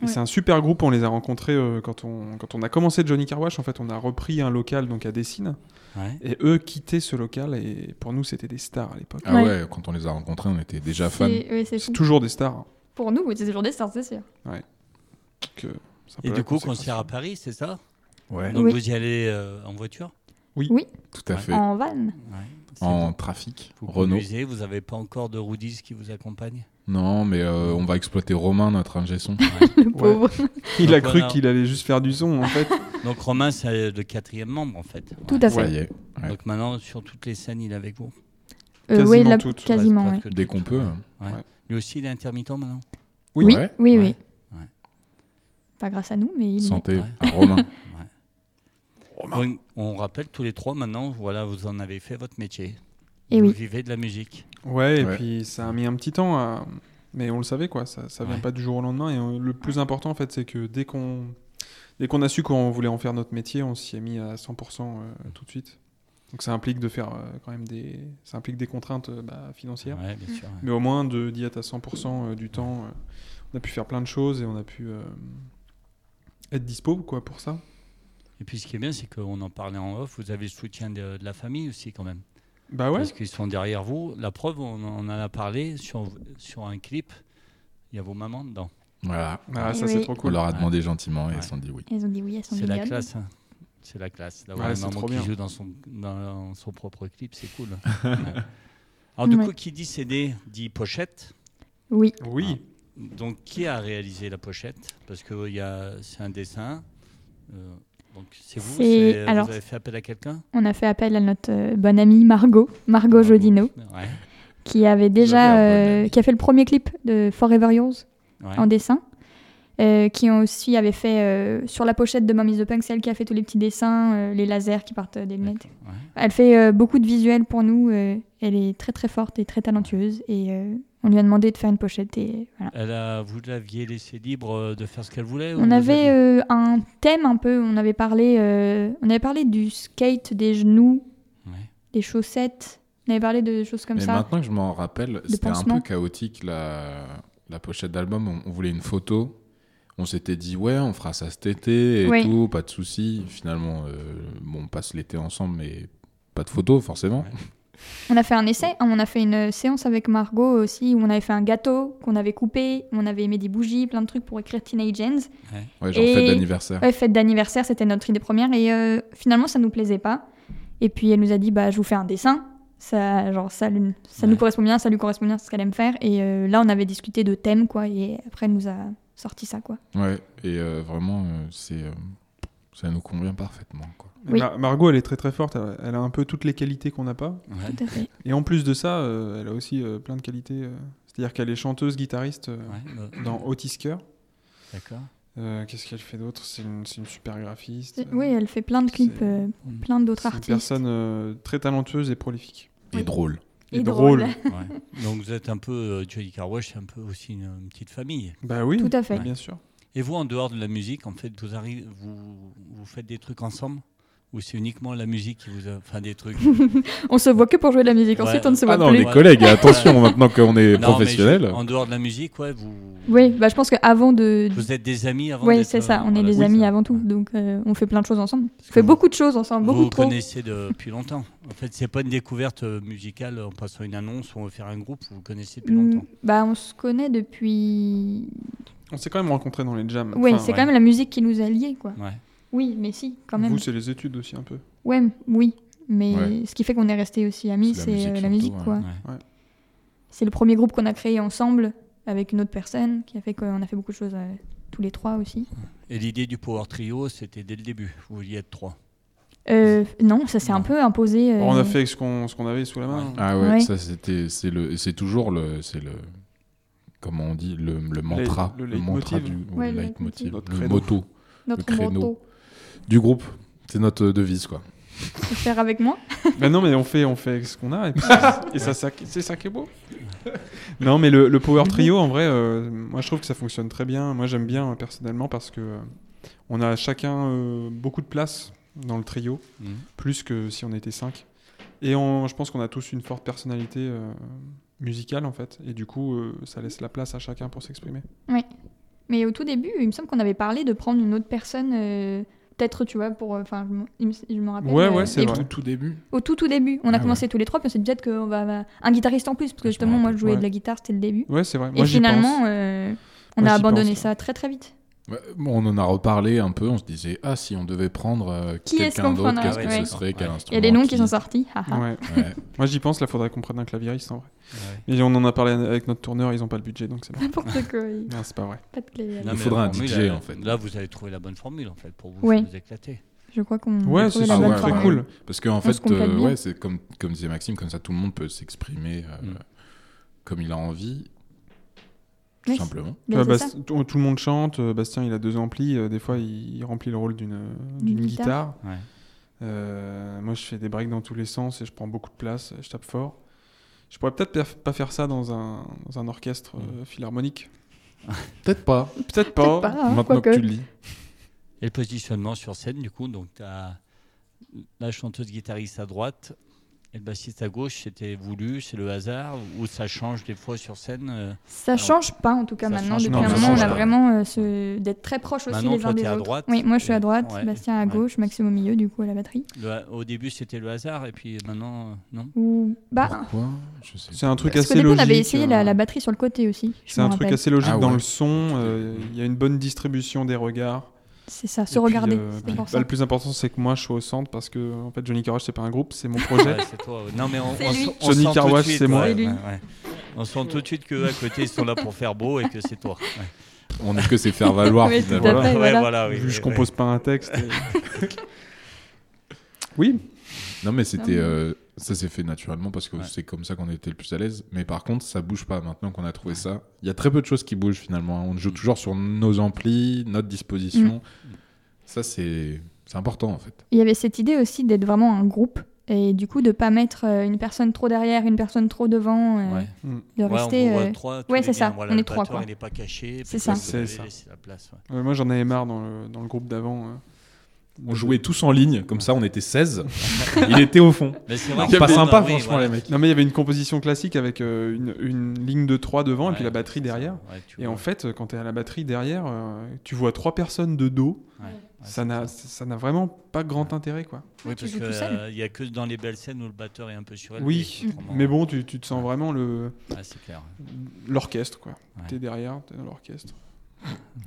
E: Et
C: Ouais.
E: c'est un super groupe, on les a rencontrés euh, quand, on, quand on a commencé Johnny Carwash. En fait, on a repris un local donc à Dessine.
B: Ouais.
E: Et eux quittaient ce local et pour nous, c'était des stars à l'époque.
D: Ah ouais.
C: Ouais.
D: quand on les a rencontrés, on était déjà
C: C'est-
D: fans.
C: ouais, c'est
E: C'est
C: fou.
E: toujours des stars. hein,
C: Pour nous, c'est toujours des stars, c'est sûr.
E: donc, euh, c'est un peu
B: Et
E: la
B: du coup,
E: consécration.
B: concert à Paris, c'est ça
D: Ouais,
B: Donc
C: Oui.
B: vous y allez euh, en voiture
D: tout à
B: Ouais.
D: fait.
C: En van. *laughs*
B: C'est
D: En trafic,
B: Vous
D: Renault.
B: conduisez, vous n'avez pas encore de roudis qui vous accompagne
D: Non, mais euh, on va exploiter Romain, notre ingé son.
C: Le pauvre.
E: Il a
B: Donc,
E: cru
B: voilà.
E: qu'il allait juste faire du son en fait.
B: Donc Romain, c'est le quatrième membre en fait.
C: Tout à
D: Ça
C: fait.
D: y est, ouais.
B: Donc maintenant, sur toutes les scènes, il est avec vous.
C: Euh, ouais,
E: quasiment
C: là,
E: toutes, ouais,
C: quasiment,
B: Presque
C: ouais.
B: toutes.
D: dès qu'on peut. hein.
B: Ouais.
E: Ouais.
B: Lui aussi, il est intermittent maintenant.
E: Oui.
C: oui,
D: Ouais.
B: Ouais.
C: oui, oui.
B: Ouais.
C: Pas grâce à nous, mais il
D: Santé
B: Ouais.
D: à Romain.
B: *laughs* On, on rappelle tous les trois maintenant, voilà, vous en avez fait votre métier.
C: Et
B: vous
C: oui.
B: vivez de la musique.
E: Ouais, et
D: Ouais.
E: puis ça a mis un petit temps à. Mais on le savait quoi, ça, ça vient
B: Ouais.
E: pas du jour au lendemain. Et euh, le plus important en fait, c'est que dès qu'on dès qu'on a su qu'on voulait en faire notre métier, on s'y est mis à 100% euh,
B: Mm.
E: tout de suite. Donc ça implique de faire euh, quand même des. Ça implique des contraintes euh, bah, financières.
B: Ouais, bien sûr. ouais.
E: Mais au moins de d'y être à 100% euh, du temps, euh, on a pu faire plein de choses et on a pu euh, être dispo quoi pour ça.
B: Et puis ce qui est bien, c'est qu'on en parlait en off, vous avez le soutien de, de la famille aussi quand même.
E: Bah ouais.
B: Parce qu'ils sont derrière vous. La preuve, on, en a parlé sur, sur un clip, il y a vos mamans dedans.
D: Voilà.
E: Ah,
C: Et
E: ça
C: oui.
E: c'est trop
D: On
E: cool.
D: leur a
B: Ouais.
D: demandé gentiment et
B: Ouais.
D: ils se sont dit oui.
C: Ils ont dit oui, elles sont
B: C'est la
C: mignonnes.
B: classe. hein. C'est la classe d'avoir
E: Ouais,
B: une
E: c'est
B: maman
E: trop
B: qui
E: bien.
B: joue dans son, dans son propre clip, c'est
E: *laughs*
B: cool. Ouais. Alors du
C: Ouais.
B: coup, qui dit CD dit pochette.
C: Oui,
E: Oui.
B: Donc qui a réalisé la pochette Parce que euh, il y a, c'est un dessin. Euh, donc c'est vous.
C: C'est-
B: c'est-
C: alors-
B: Vous avez fait appel à quelqu'un
C: on a fait appel à notre euh, bonne amie Margot, Margot Jodino,
B: Ouais.
C: qui avait
D: J'avais
C: déjà,
D: un bon
C: euh,
D: ami.
C: qui a fait le premier clip de Forever Yours
B: ouais.
C: en dessin, euh, qui ont aussi avait fait euh, sur la pochette de Mommy's the Punk, celle qui a fait tous les petits dessins, euh, les lasers qui partent euh, des lunettes.
B: D'accord, ouais.
C: Elle fait euh, beaucoup de visuels pour nous. euh, elle est très très forte et très talentueuse. Et euh, on lui a demandé de faire une pochette. Et voilà.
B: Elle a, vous l'aviez laissé libre euh, de faire ce qu'elle voulait ou
C: On
B: vous
C: avait
B: aviez-
C: euh, un thème un peu. On avait parlé, euh, on avait parlé du skate, des genoux,
B: Ouais.
C: des chaussettes. On avait parlé de choses comme
D: Mais
C: ça.
D: maintenant que je m'en rappelle, c'était un
C: pansement.
D: peu chaotique la, la pochette d'album. On, on voulait une photo. On s'était dit, ouais, on fera ça cet été et
C: Oui.
D: tout, pas de souci. Finalement, euh, bon, on passe l'été ensemble, mais pas de photo, forcément.
C: On a fait un essai. hein, On a fait une euh, séance avec Margot aussi où on avait fait un gâteau qu'on avait coupé. où On avait mis des bougies, plein de trucs pour écrire Teenage Gens.
D: Ouais, genre
C: Et-
D: fête d'anniversaire.
C: Ouais, fête d'anniversaire, c'était notre idée première et euh, finalement ça nous plaisait pas. Et puis elle nous a dit bah je vous fais un dessin. Ça genre ça, lui- ça
B: Ouais.
C: nous correspond bien, ça lui correspond bien c'est ce qu'elle aime faire et euh, là on avait discuté de thèmes quoi et après elle nous a sorti ça quoi.
D: Ouais, et euh, vraiment, euh, c'est, euh, ça nous convient parfaitement. Quoi.
E: Mais
C: Oui.
E: Mar- Margot, elle est très très forte. Elle- Elle a un peu toutes les qualités qu'on n'a pas.
B: Ouais.
C: Tout à fait.
E: Et en plus de ça, euh, elle a aussi euh, plein de qualités. euh, C'est-à-dire qu'elle est chanteuse, guitariste euh,
B: Ouais, euh,
E: dans Otis Cœur.
B: D'accord.
E: Euh, Qu'est-ce qu'elle fait d'autre C'est une, c'est une super graphiste. euh,
C: Oui, elle fait plein de clips,
E: c'est-
C: euh, plein d'autres
E: C'est une
C: artistes.
E: personne euh, très talentueuse et prolifique.
D: Et
C: Oui.
D: drôle.
E: Et drôle.
B: Ouais. Donc vous êtes un peu, euh, Jolly Carwash, c'est un peu aussi une, une petite famille.
E: Bah oui,
C: Tout à fait.
E: bien sûr.
B: Et vous, en dehors de la musique, en fait, vous, arrivez, vous, vous faites des trucs ensemble Ou c'est uniquement la musique qui vous a. Enfin, des trucs.
C: On se voit que pour jouer de la musique,
B: Ouais.
C: ensuite on ne se voit
D: Ah non, on
C: plus.
D: est
B: Ouais.
D: collègues, et attention, maintenant
B: Non,
D: qu'on est
B: mais je-
D: professionnel.
B: En dehors de la musique, ouais, vous.
C: Oui, bah, je pense qu'avant de.
B: Vous êtes des amis avant
C: Oui,
B: d'être,
C: c'est ça,
B: euh,
C: on est
B: voilà.
C: des
D: oui,
C: amis
D: ça.
C: avant tout, donc euh, on fait plein de choses ensemble.
B: que
C: On fait
B: vous-
C: beaucoup de choses ensemble,
B: Vous
C: beaucoup
B: vous
C: trop.
B: connaissez depuis longtemps. En fait, c'est pas une découverte euh, musicale en passant une annonce ou en faire un groupe, vous vous connaissez depuis
C: Mm,
B: longtemps.
C: Bah, on se connaît depuis.
E: On s'est quand même rencontrés dans les jams.
C: Oui,
E: Enfin,
C: c'est
B: ouais.
C: quand même la musique qui nous a liés, quoi.
B: Ouais.
C: Oui, mais si, quand même. Euh,
E: Vous, c'est les études aussi un peu.
C: Ouais, m- oui, mais
D: Ouais.
C: ce qui fait qu'on est restés aussi amis,
D: C'est la
C: c'est euh,
D: musique
C: la musique,
D: surtout,
C: quoi.
B: ouais.
E: Ouais.
C: C'est le premier groupe qu'on a créé ensemble avec une autre personne, qui a fait qu'on a fait beaucoup de choses euh, tous les trois aussi.
B: Et l'idée du Power Trio, c'était dès le début. Vous vouliez être trois.
C: Euh, non, ça s'est un peu imposé. euh,
E: On a fait avec ce qu'on ce qu'on avait sous la main.
B: Ouais.
D: Ah ouais,
C: Ouais.
D: ça c'était, c'est le, c'est toujours le, c'est le, comment on dit, le, le mantra,
E: le
D: mantra du
E: leitmotiv.
D: ou
C: Ouais,
D: le
C: le
D: leitmotiv,
E: leitmotiv.
D: le
E: Notre
D: motto
C: notre
D: le créneau.
C: motto.
D: du groupe. C'est notre devise quoi.
C: Faut Faire avec moi.
E: Bah non, mais on fait, on fait avec ce qu'on a. Et, puis ça- et ça, ça- c'est ça qui est beau. non, mais le, le Power Trio, en vrai, euh, moi je trouve que ça fonctionne très bien. Moi j'aime bien euh, personnellement parce que euh, on a chacun euh, beaucoup de place dans le trio,
B: Mhm.
E: plus que si on était cinq. Et on- je pense qu'on a tous une forte personnalité euh, musicale en fait. Et du coup, euh, ça laisse la place à chacun pour s'exprimer.
C: Mais au tout début, il me semble qu'on avait parlé de prendre une autre personne, euh, peut-être, tu vois, pour. euh, Enfin, je me- il me- je me rappelle.
E: Ouais,
C: euh,
E: ouais, c'est
C: et-
E: vrai.
D: tout début.
C: Au tout tout début, on a
D: Ah
C: commencé tous les trois, puis on s'est dit peut-être qu'on va, va- un guitariste en plus, parce que
D: Je me
C: justement, moi,
D: rappelle,
C: je jouais
E: ouais.
C: de la guitare, c'était le début.
E: Ouais, c'est vrai.
C: et
E: Moi j'y
C: finalement,
E: pense.
C: euh, on
E: Moi,
C: a
E: j'y
C: abandonné
E: pense,
C: ça très très vite.
D: on en a reparlé un peu. On se disait ah si on devait prendre euh,
C: Qui est-ce
D: quelqu'un
C: qu'on
D: d'autre,
C: prendra
D: qu'est-ce que
B: Ouais.
D: ce serait, quel
B: Ouais.
D: instrument
C: Il y a des noms qui sont sortis. haha.
E: Ouais.
D: Ouais.
E: Moi j'y pense. Là, faudrait qu'on prenne un clavieriste en vrai.
B: Ouais.
E: Et on en a parlé avec notre tourneur. Ils ont pas le budget, donc c'est bon.
C: N'importe quoi, il-
E: Non, c'est pas vrai.
C: pas de clé.
B: Là,
D: Il
B: mais
D: faudra
B: la
D: un
B: formule,
D: DJ,
B: elle-
D: en fait.
B: Là, vous avez trouvé la bonne formule en fait pour vous,
C: Oui.
B: vous éclater.
C: Je crois qu'on a
E: Ouais,
C: trouvé *laughs*
E: c'est
C: la
E: ça,
C: bonne
E: ouais,
C: formule.
E: très cool.
D: Ah Parce qu'en
C: se
D: fait,
C: complète
D: euh,
C: bien.
D: ouais, c'est comme, comme disait Maxime, comme ça tout le monde peut s'exprimer euh,
B: Mm.
D: comme il a envie, tout
C: Oui,
D: simplement.
C: bien,
E: Ouais,
C: Bah, c'est
E: Bast-
C: ça.
E: tout, tout le monde chante, euh, Bastien il a deux amplis, euh, des fois il, il remplit le rôle d'une euh,
C: D'une
E: d'une guitare.
B: Ouais.
E: Euh, moi je fais des breaks dans tous les sens et je prends beaucoup de place, je tape fort. Je pourrais peut-être perf- pas faire ça dans un, dans un orchestre
B: Mm.
E: euh, philharmonique.
B: *laughs*
D: Peut-être pas.
E: Peut-être pas.
C: Peut-être pas, hein,
D: Maintenant que
C: quoique.
D: tu le dis.
B: Et le positionnement sur scène, du coup, donc tu as la chanteuse-guitariste à droite et le bassiste à gauche, c'était voulu, c'est le hasard, ou ça change des fois sur scène euh,
C: Ça change pas en tout cas
B: Ça
C: maintenant.
B: change
C: Depuis
E: pas.
C: un
E: Non, ça
C: moment, on
E: change
C: a
E: pas.
C: vraiment euh, ce... d'être très proches aussi
B: Manon,
C: les
B: toi,
C: uns des
B: t'es à
C: autres.
B: droite.
C: oui, moi je suis
B: Et-
C: à droite,
B: ouais.
C: Bastien à
B: Ouais.
C: gauche, Maxime au milieu, du coup à la batterie.
B: le- Au début, c'était le hasard, et puis maintenant, euh, non
C: Ou bah,
D: Pourquoi Je sais
E: C'est un truc
C: parce qu'au
E: assez
C: début, on
E: logique.
C: avait essayé la,
E: euh,
C: la batterie sur le côté aussi. je
E: C'est
C: me
E: un truc
C: rappelle.
E: assez logique
D: Ah
E: dans
D: ouais.
E: le son, euh, il y a une bonne distribution des regards.
C: C'est ça,
E: Et
C: se
E: puis,
C: regarder.
E: euh,
C: c'est
E: puis,
C: important.
E: bah, le plus important c'est que moi je suis au centre parce que en fait Johnny Carrush c'est pas un groupe, c'est mon projet.
B: *laughs* Ouais, c'est toi. ouais. Non, mais on,
C: C'est
B: on
C: lui.
B: sent- on
E: Johnny
B: sent tout de
E: Carwash,
B: suite,
E: c'est moi.
B: ouais,
C: C'est lui.
B: ouais, ouais. On sent tout de suite que à côté, ils sont là pour faire beau et que c'est toi. Ouais.
D: pas. On est que c'est faire
C: *laughs*
D: valoir.
C: Oui, tout à
D: finalement.
C: fait.
B: Ouais,
C: voilà.
B: voilà, oui,
E: Vu que je
B: oui,
E: compose pas un texte. et- oui,
D: Non, mais c'était.
C: Non, mais-
D: euh, ça s'est fait naturellement parce que
B: Ouais.
D: c'est comme ça qu'on était le plus à l'aise. Mais par contre, ça bouge pas maintenant qu'on a trouvé ça. Il y a très peu de choses qui bougent finalement. hein. On joue
B: Mm.
D: toujours sur nos amplis, notre disposition. Ça, c'est c'est important en fait.
C: Il y avait cette idée aussi d'être vraiment un groupe et du coup de pas mettre euh, une personne trop derrière, une personne trop devant,
B: oui.
C: euh,
B: Ouais.
C: de
B: Ouais,
C: rester.
B: on vous voit
C: euh,
B: trois,
C: ouais,
B: tous
C: c'est
B: les
C: ça,
B: liens. Voilà,
C: on
B: le
C: est trois,
B: batteur,
C: quoi.
B: il n'est pas caché.
C: C'est ça.
E: C'est ça.
B: C'est la place. ouais.
E: Ouais, moi j'en avais marre dans le, dans le groupe d'avant. euh.
D: On jouait tous en ligne, comme ça on était 16. Il était au fond.
B: Mais c'est
D: Alors,
B: que
D: pas
B: quand-
D: sympa,
B: oui,
D: franchement,
B: voilà.
D: les mecs.
E: Non mais il y avait une composition classique avec euh, une, une ligne de 3 devant et
B: Ouais,
E: puis la batterie
B: c'est ça.
E: derrière.
B: Ouais, tu
E: Et
B: vois.
E: en fait, euh, quand tu es à la batterie derrière, euh, tu vois trois personnes de dos.
B: Ouais, ouais,
E: ça
B: c'est
E: n'a ça n'a vraiment pas grand intérêt quoi.
B: Oui,
C: Tu
B: parce
C: joues
B: que,
C: tout seul.
B: euh, il n'y a que dans les belles scènes où le batteur est un peu surélevé.
E: Oui,
B: autrement-
E: *laughs* mais bon, tu, tu te sens vraiment le
B: Ah, c'est clair.
E: l'orchestre quoi.
B: Ouais.
E: T'es derrière, t'es dans l'orchestre.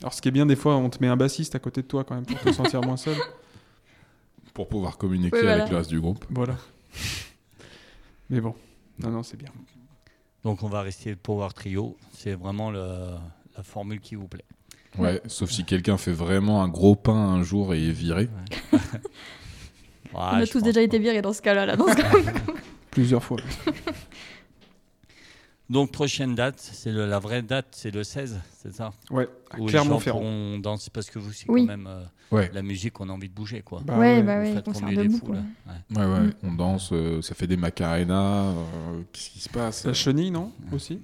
E: Alors ce qui est bien des fois, on te met un bassiste à côté de toi quand même pour te sentir
B: *laughs*
E: moins seul.
D: Pour pouvoir communiquer
C: Oui, voilà.
D: avec le reste du groupe.
E: Voilà. Mais bon, non non c'est bien.
B: Donc on va rester Power Trio. C'est vraiment le- la formule qui vous plaît.
D: Ouais, sauf si quelqu'un fait vraiment un gros pain un jour et est viré.
B: Ah,
C: on a tous déjà été virés dans ce cas-là. Là, dans *laughs* ce cas
E: Plusieurs fois.
B: Donc prochaine date, c'est le- la vraie date, c'est le 16, c'est ça
E: Ouais, à
B: Où les gens
E: Clermont-Ferrand.
B: pourront danser parce que vous, c'est
C: Oui.
B: quand même euh,
D: Ouais.
B: la musique qu'on a envie de bouger, quoi.
E: Bah
C: ouais,
E: ouais,
C: bah
E: vous
C: ouais, les
B: faites
C: concerts
B: remuer les
C: debout.
B: foules,
C: quoi.
B: ouais.
D: Ouais, ouais.
C: Mm.
D: On danse, euh, ça fait des macarena. euh, Qu'est-ce qui se passe
E: La chenille, non Aussi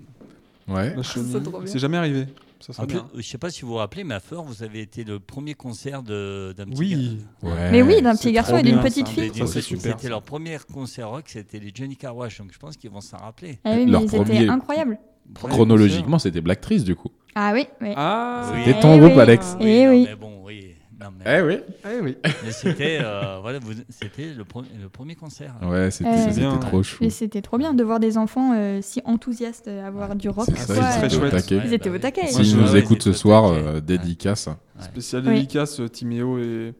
D: Ouais.
E: La chenille.
C: trop bien.
E: C'est jamais arrivé. Ça serait
B: En plus,
E: bien.
B: je sais pas si vous vous rappelez, mais à Fort, vous avez été le premier concert de- d'un petit garçon.
E: Oui.
D: Ouais.
C: Mais oui, d'un petit
E: c'est
C: garçon
E: trop
C: et d'une
E: bien,
C: petite
E: ça.
C: fille.
E: Des- Ça, c'est super,
B: C'était
E: ça.
B: leur premier concert rock, c'était les Johnny Carwash, donc je pense qu'ils vont s'en rappeler.
C: Ah oui, mais
D: Leur
C: ils
D: premier-
C: étaient incroyables.
D: Chronologiquement, c'était Black Trees du coup.
C: Ah oui, oui.
E: Ah
B: Oui.
D: C'était
C: Eh
D: ton groupe,
C: oui.
D: Alex.
C: Ah. Eh
B: non,
C: oui.
B: Mais bon, oui. Non, mais,
D: Eh oui.
E: Eh oui.
B: mais c'était euh, *laughs* voilà, vous- c'était le, pre- le premier concert.
D: Ouais,
C: Euh,
D: c'était c'était
E: Bien.
D: trop chou.
C: Mais c'était trop bien de voir des enfants euh, si enthousiastes à avoir du rock.
D: C'est
C: quoi.
D: ça,
E: ouais.
D: ils
E: Très
D: étaient au
E: chouette.
D: taquet.
C: Ils
B: bah
C: étaient au taquet.
E: Ouais,
D: S'ils
E: ouais,
D: nous
E: ouais,
D: écoutent ce soir, euh, dédicace.
E: Spécial
C: Oui.
E: dédicace, euh, Timéo et.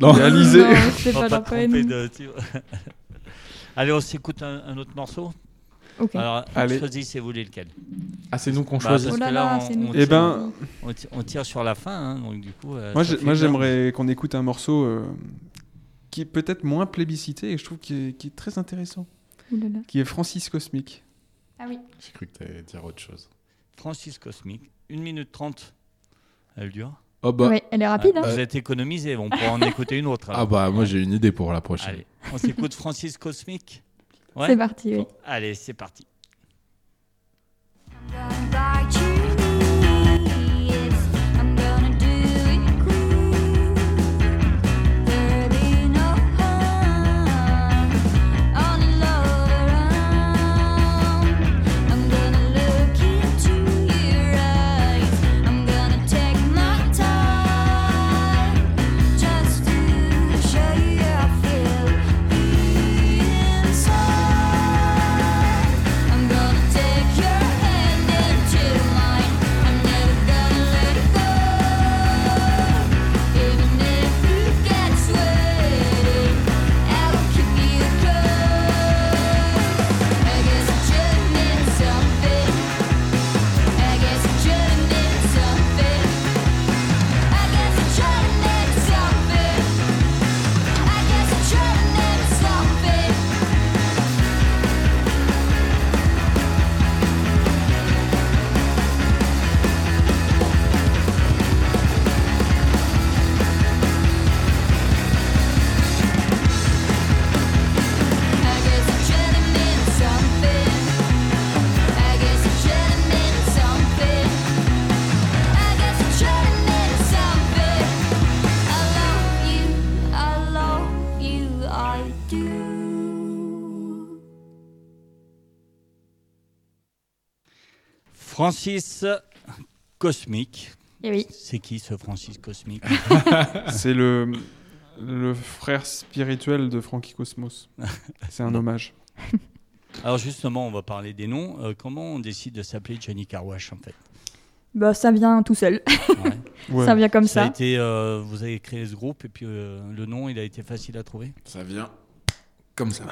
D: Non.
E: et Alizé.
C: Non, c'est
B: Faut
C: pas
B: pas
C: la
B: te tromper
C: peine.
B: de- tu vois. *laughs* Allez, on s'écoute un, un autre morceau.
C: Ok.
B: Alors,
E: Allez.
B: choisissez-vous lequel.
D: Ah, c'est nous qu'on
B: Bah, choisit.
C: Oh
B: parce
C: là
B: que là,
C: là,
B: on-
C: c'est nous.
B: on
C: qui
E: Eh
C: sommes
E: ben,
C: dit.
B: On, ti- on tire sur la fin, hein, donc du coup. euh,
E: Moi,
B: ça
E: j'ai-
B: fait
E: moi,
B: bien.
E: j'aimerais qu'on écoute un morceau euh, qui est peut-être moins plébiscité et je trouve qui est, qui est très intéressant,
C: Ouh Oh là là.
E: qui est Francis Cosmic.
C: Ah oui.
D: J'ai cru que t'allais dire autre chose.
B: Francis Cosmic, 1 minute 30. Elle dure.
D: Oh bah,
C: Ouais, elle est rapide.
B: Ah,
C: hein.
B: Vous êtes économisé, on pourra en écouter une autre. alors.
D: *laughs* ah bah moi j'ai une idée pour la prochaine.
B: Allez, on s'écoute Francis Cosmic. Ouais.
C: C'est parti. oui.
B: Allez, c'est parti.
F: I'm gonna bite you. Yes, I'm gonna do it cool. There'll be no harm, only love around. I'm gonna look into your eyes. I'm gonna take my time, just to show you how I feel inside. I'm gonna take your hand into mine. I'm never gonna let it go. Even if you get sweaty, I will keep you close. I guess I should mean something. I guess I should mean something. I guess I should mean something. I guess I should mean something. I guess it should have meant something. I guess it should have meant something. I guess it should have meant something. I love you, I love you, I do.
B: Francis Cosmic.
C: Eh oui.
B: C'est qui ce Francis Cosmic
E: C'est le, le frère spirituel de Frankie Cosmos. C'est un hommage.
B: Alors justement, on va parler des noms. Euh, comment on décide de s'appeler Johnny Carwash en fait
C: Bah, ça vient tout seul. *laughs*
B: Ouais.
E: Ouais.
C: Ça vient comme
B: Ça a
C: ça.
B: été, euh, vous avez créé ce groupe et puis euh, le nom, il a été facile à trouver.
D: Ça vient comme ça.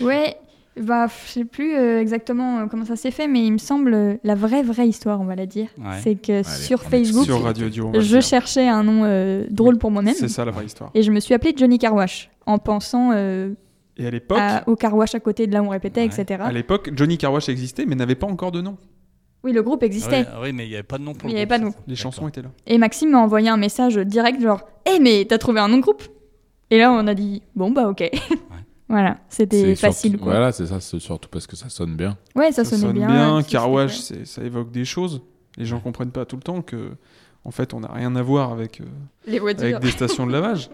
C: Ouais. Bah, je sais plus euh, exactement euh, comment ça s'est fait, mais il me semble euh, la vraie vraie histoire, on va la dire,
B: Ouais.
C: c'est que sur
D: on est
C: Facebook,
E: Sur Radio Dio. on va le
C: je
E: dire.
C: cherchais un nom euh, drôle pour moi-même
E: C'est ça la vraie histoire.
C: et je me suis appelée Johnny Carwash en pensant euh,
E: Et à l'époque,
C: à- au carwash à côté de là où on répétait,
B: Ouais.
C: etc.
E: à l'époque, Johnny Carwash existait mais n'avait pas encore de nom.
C: Oui, le groupe
B: Ah
C: existait.
B: oui, ah oui, mais il n'y avait pas de nom pour
C: Il
B: le
C: y avait
B: groupe,
C: pas de nom.
B: c'est ça.
E: Les chansons
B: D'accord.
E: étaient là.
C: Et Maxime m'a envoyé un message direct genre « Eh mais t'as trouvé un nom de groupe ?» Et là on a dit « Bon bah ok *laughs* Voilà, c'était
D: C'est
C: facile
D: surtout-
C: quoi.
D: Voilà, c'est ça, c'est surtout parce que ça sonne bien.
C: Ouais, ça, sonnait bien. et puis
E: Carwash,
C: c'était-
E: c'est- ça évoque des choses. Les gens comprennent pas tout le temps que, en fait, on n'a rien à voir avec, euh,
C: Les voitures.
E: avec des stations
C: *laughs*
E: de lavage.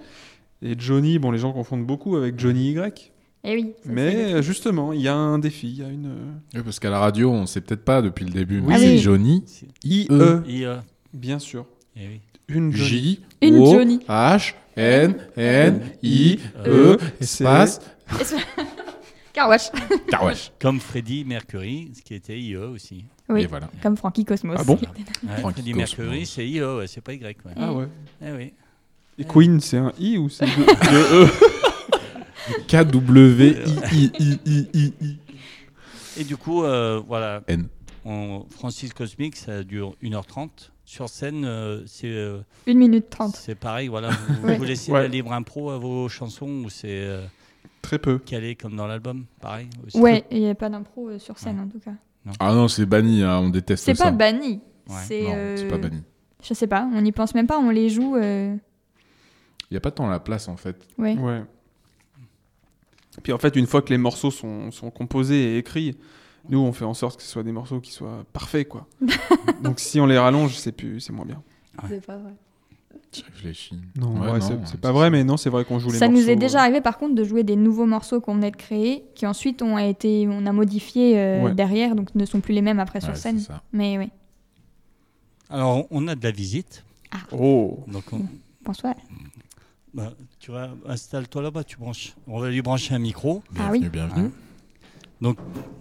E: Et Johnny, bon, les gens confondent beaucoup avec Johnny Y.
C: Eh oui. ça, c'est le
E: Mais
C: truc.
E: justement, il y a un défi, il y a une
D: Oui, parce qu'à la radio, on sait peut-être pas depuis le début.
E: Oui.
D: mais
C: Ah
D: c'est
C: oui.
D: Johnny.
B: Si.
E: IE,
D: E.
B: I, euh,
E: bien sûr.
B: eh oui.
E: Une Johnny.
D: J
C: Une
D: O
C: Johnny.
D: H N N I
B: Euh,
D: E espace
C: Carwash.
D: Carwash.
B: Comme Freddie Mercury, ce qui était IE aussi.
C: Oui.
D: Et voilà.
C: Comme Frankie Cosmos. *laughs*
E: Ah bon
B: Ouais,
D: Frankie
B: Freddie
D: Cosmos.
B: Mercury, c'est IE, ouais, c'est pas Y. ouais.
E: Ah ouais.
B: Eh oui.
C: E.
E: Et Queen, c'est un I ou
D: *laughs*
E: c'est deux, deux E
D: K W I I I I I I
B: Et du coup, euh, voilà.
D: N.
B: On- Francis Cosmic, ça dure 1h30. Sur scène, euh, c'est euh,
C: 1 minute 30.
B: c'est pareil. Voilà, vous,
C: Ouais.
B: vous laissez
E: Ouais.
B: la libre impro à vos chansons ou c'est euh,
E: Très peu.
B: calé comme dans l'album Pareil aussi.
C: Ouais, il n'y a pas d'impro euh, sur scène en tout cas.
D: Ah non, c'est banni, hein, on déteste ça.
C: C'est pas banni.
B: Ouais.
C: C'est
D: Non,
C: euh,
D: c'est pas banni.
C: Je sais pas, on n'y pense même pas, on les joue. euh,
D: Il n'y a pas tant la place en fait.
C: Ouais.
E: Ouais. Puis en fait, une fois que les morceaux sont, sont composés et écrits, Nous, on fait en sorte que ce soit des morceaux qui soient parfaits,
C: *laughs*
E: quoi. Donc si on les rallonge, c'est plus, c'est moins bien.
C: C'est pas vrai.
D: Tu réfléchis.
E: Non,
D: Ouais,
E: ouais,
D: non, hein,
E: c'est- c'est
D: c'est-
E: pas vrai, mais non, c'est vrai qu'on joue les
C: Ça nous
E: morceaux,
C: est déjà
E: euh,
C: arrivé par contre de jouer des nouveaux morceaux qu'on venait de créer, qui ensuite ont été, on a modifiés euh,
E: Ouais.
C: derrière, donc ne sont plus les mêmes après
D: Ouais,
C: sur
D: c'est
C: scène.
D: ça.
C: Mais oui,
B: Alors, on a de la visite.
E: Oh
B: Donc, on-
C: François.
B: bah, tu vois, installe-toi là-bas, tu branches. On va lui brancher un micro.
C: Ah oui.
D: Bienvenue, bienvenue.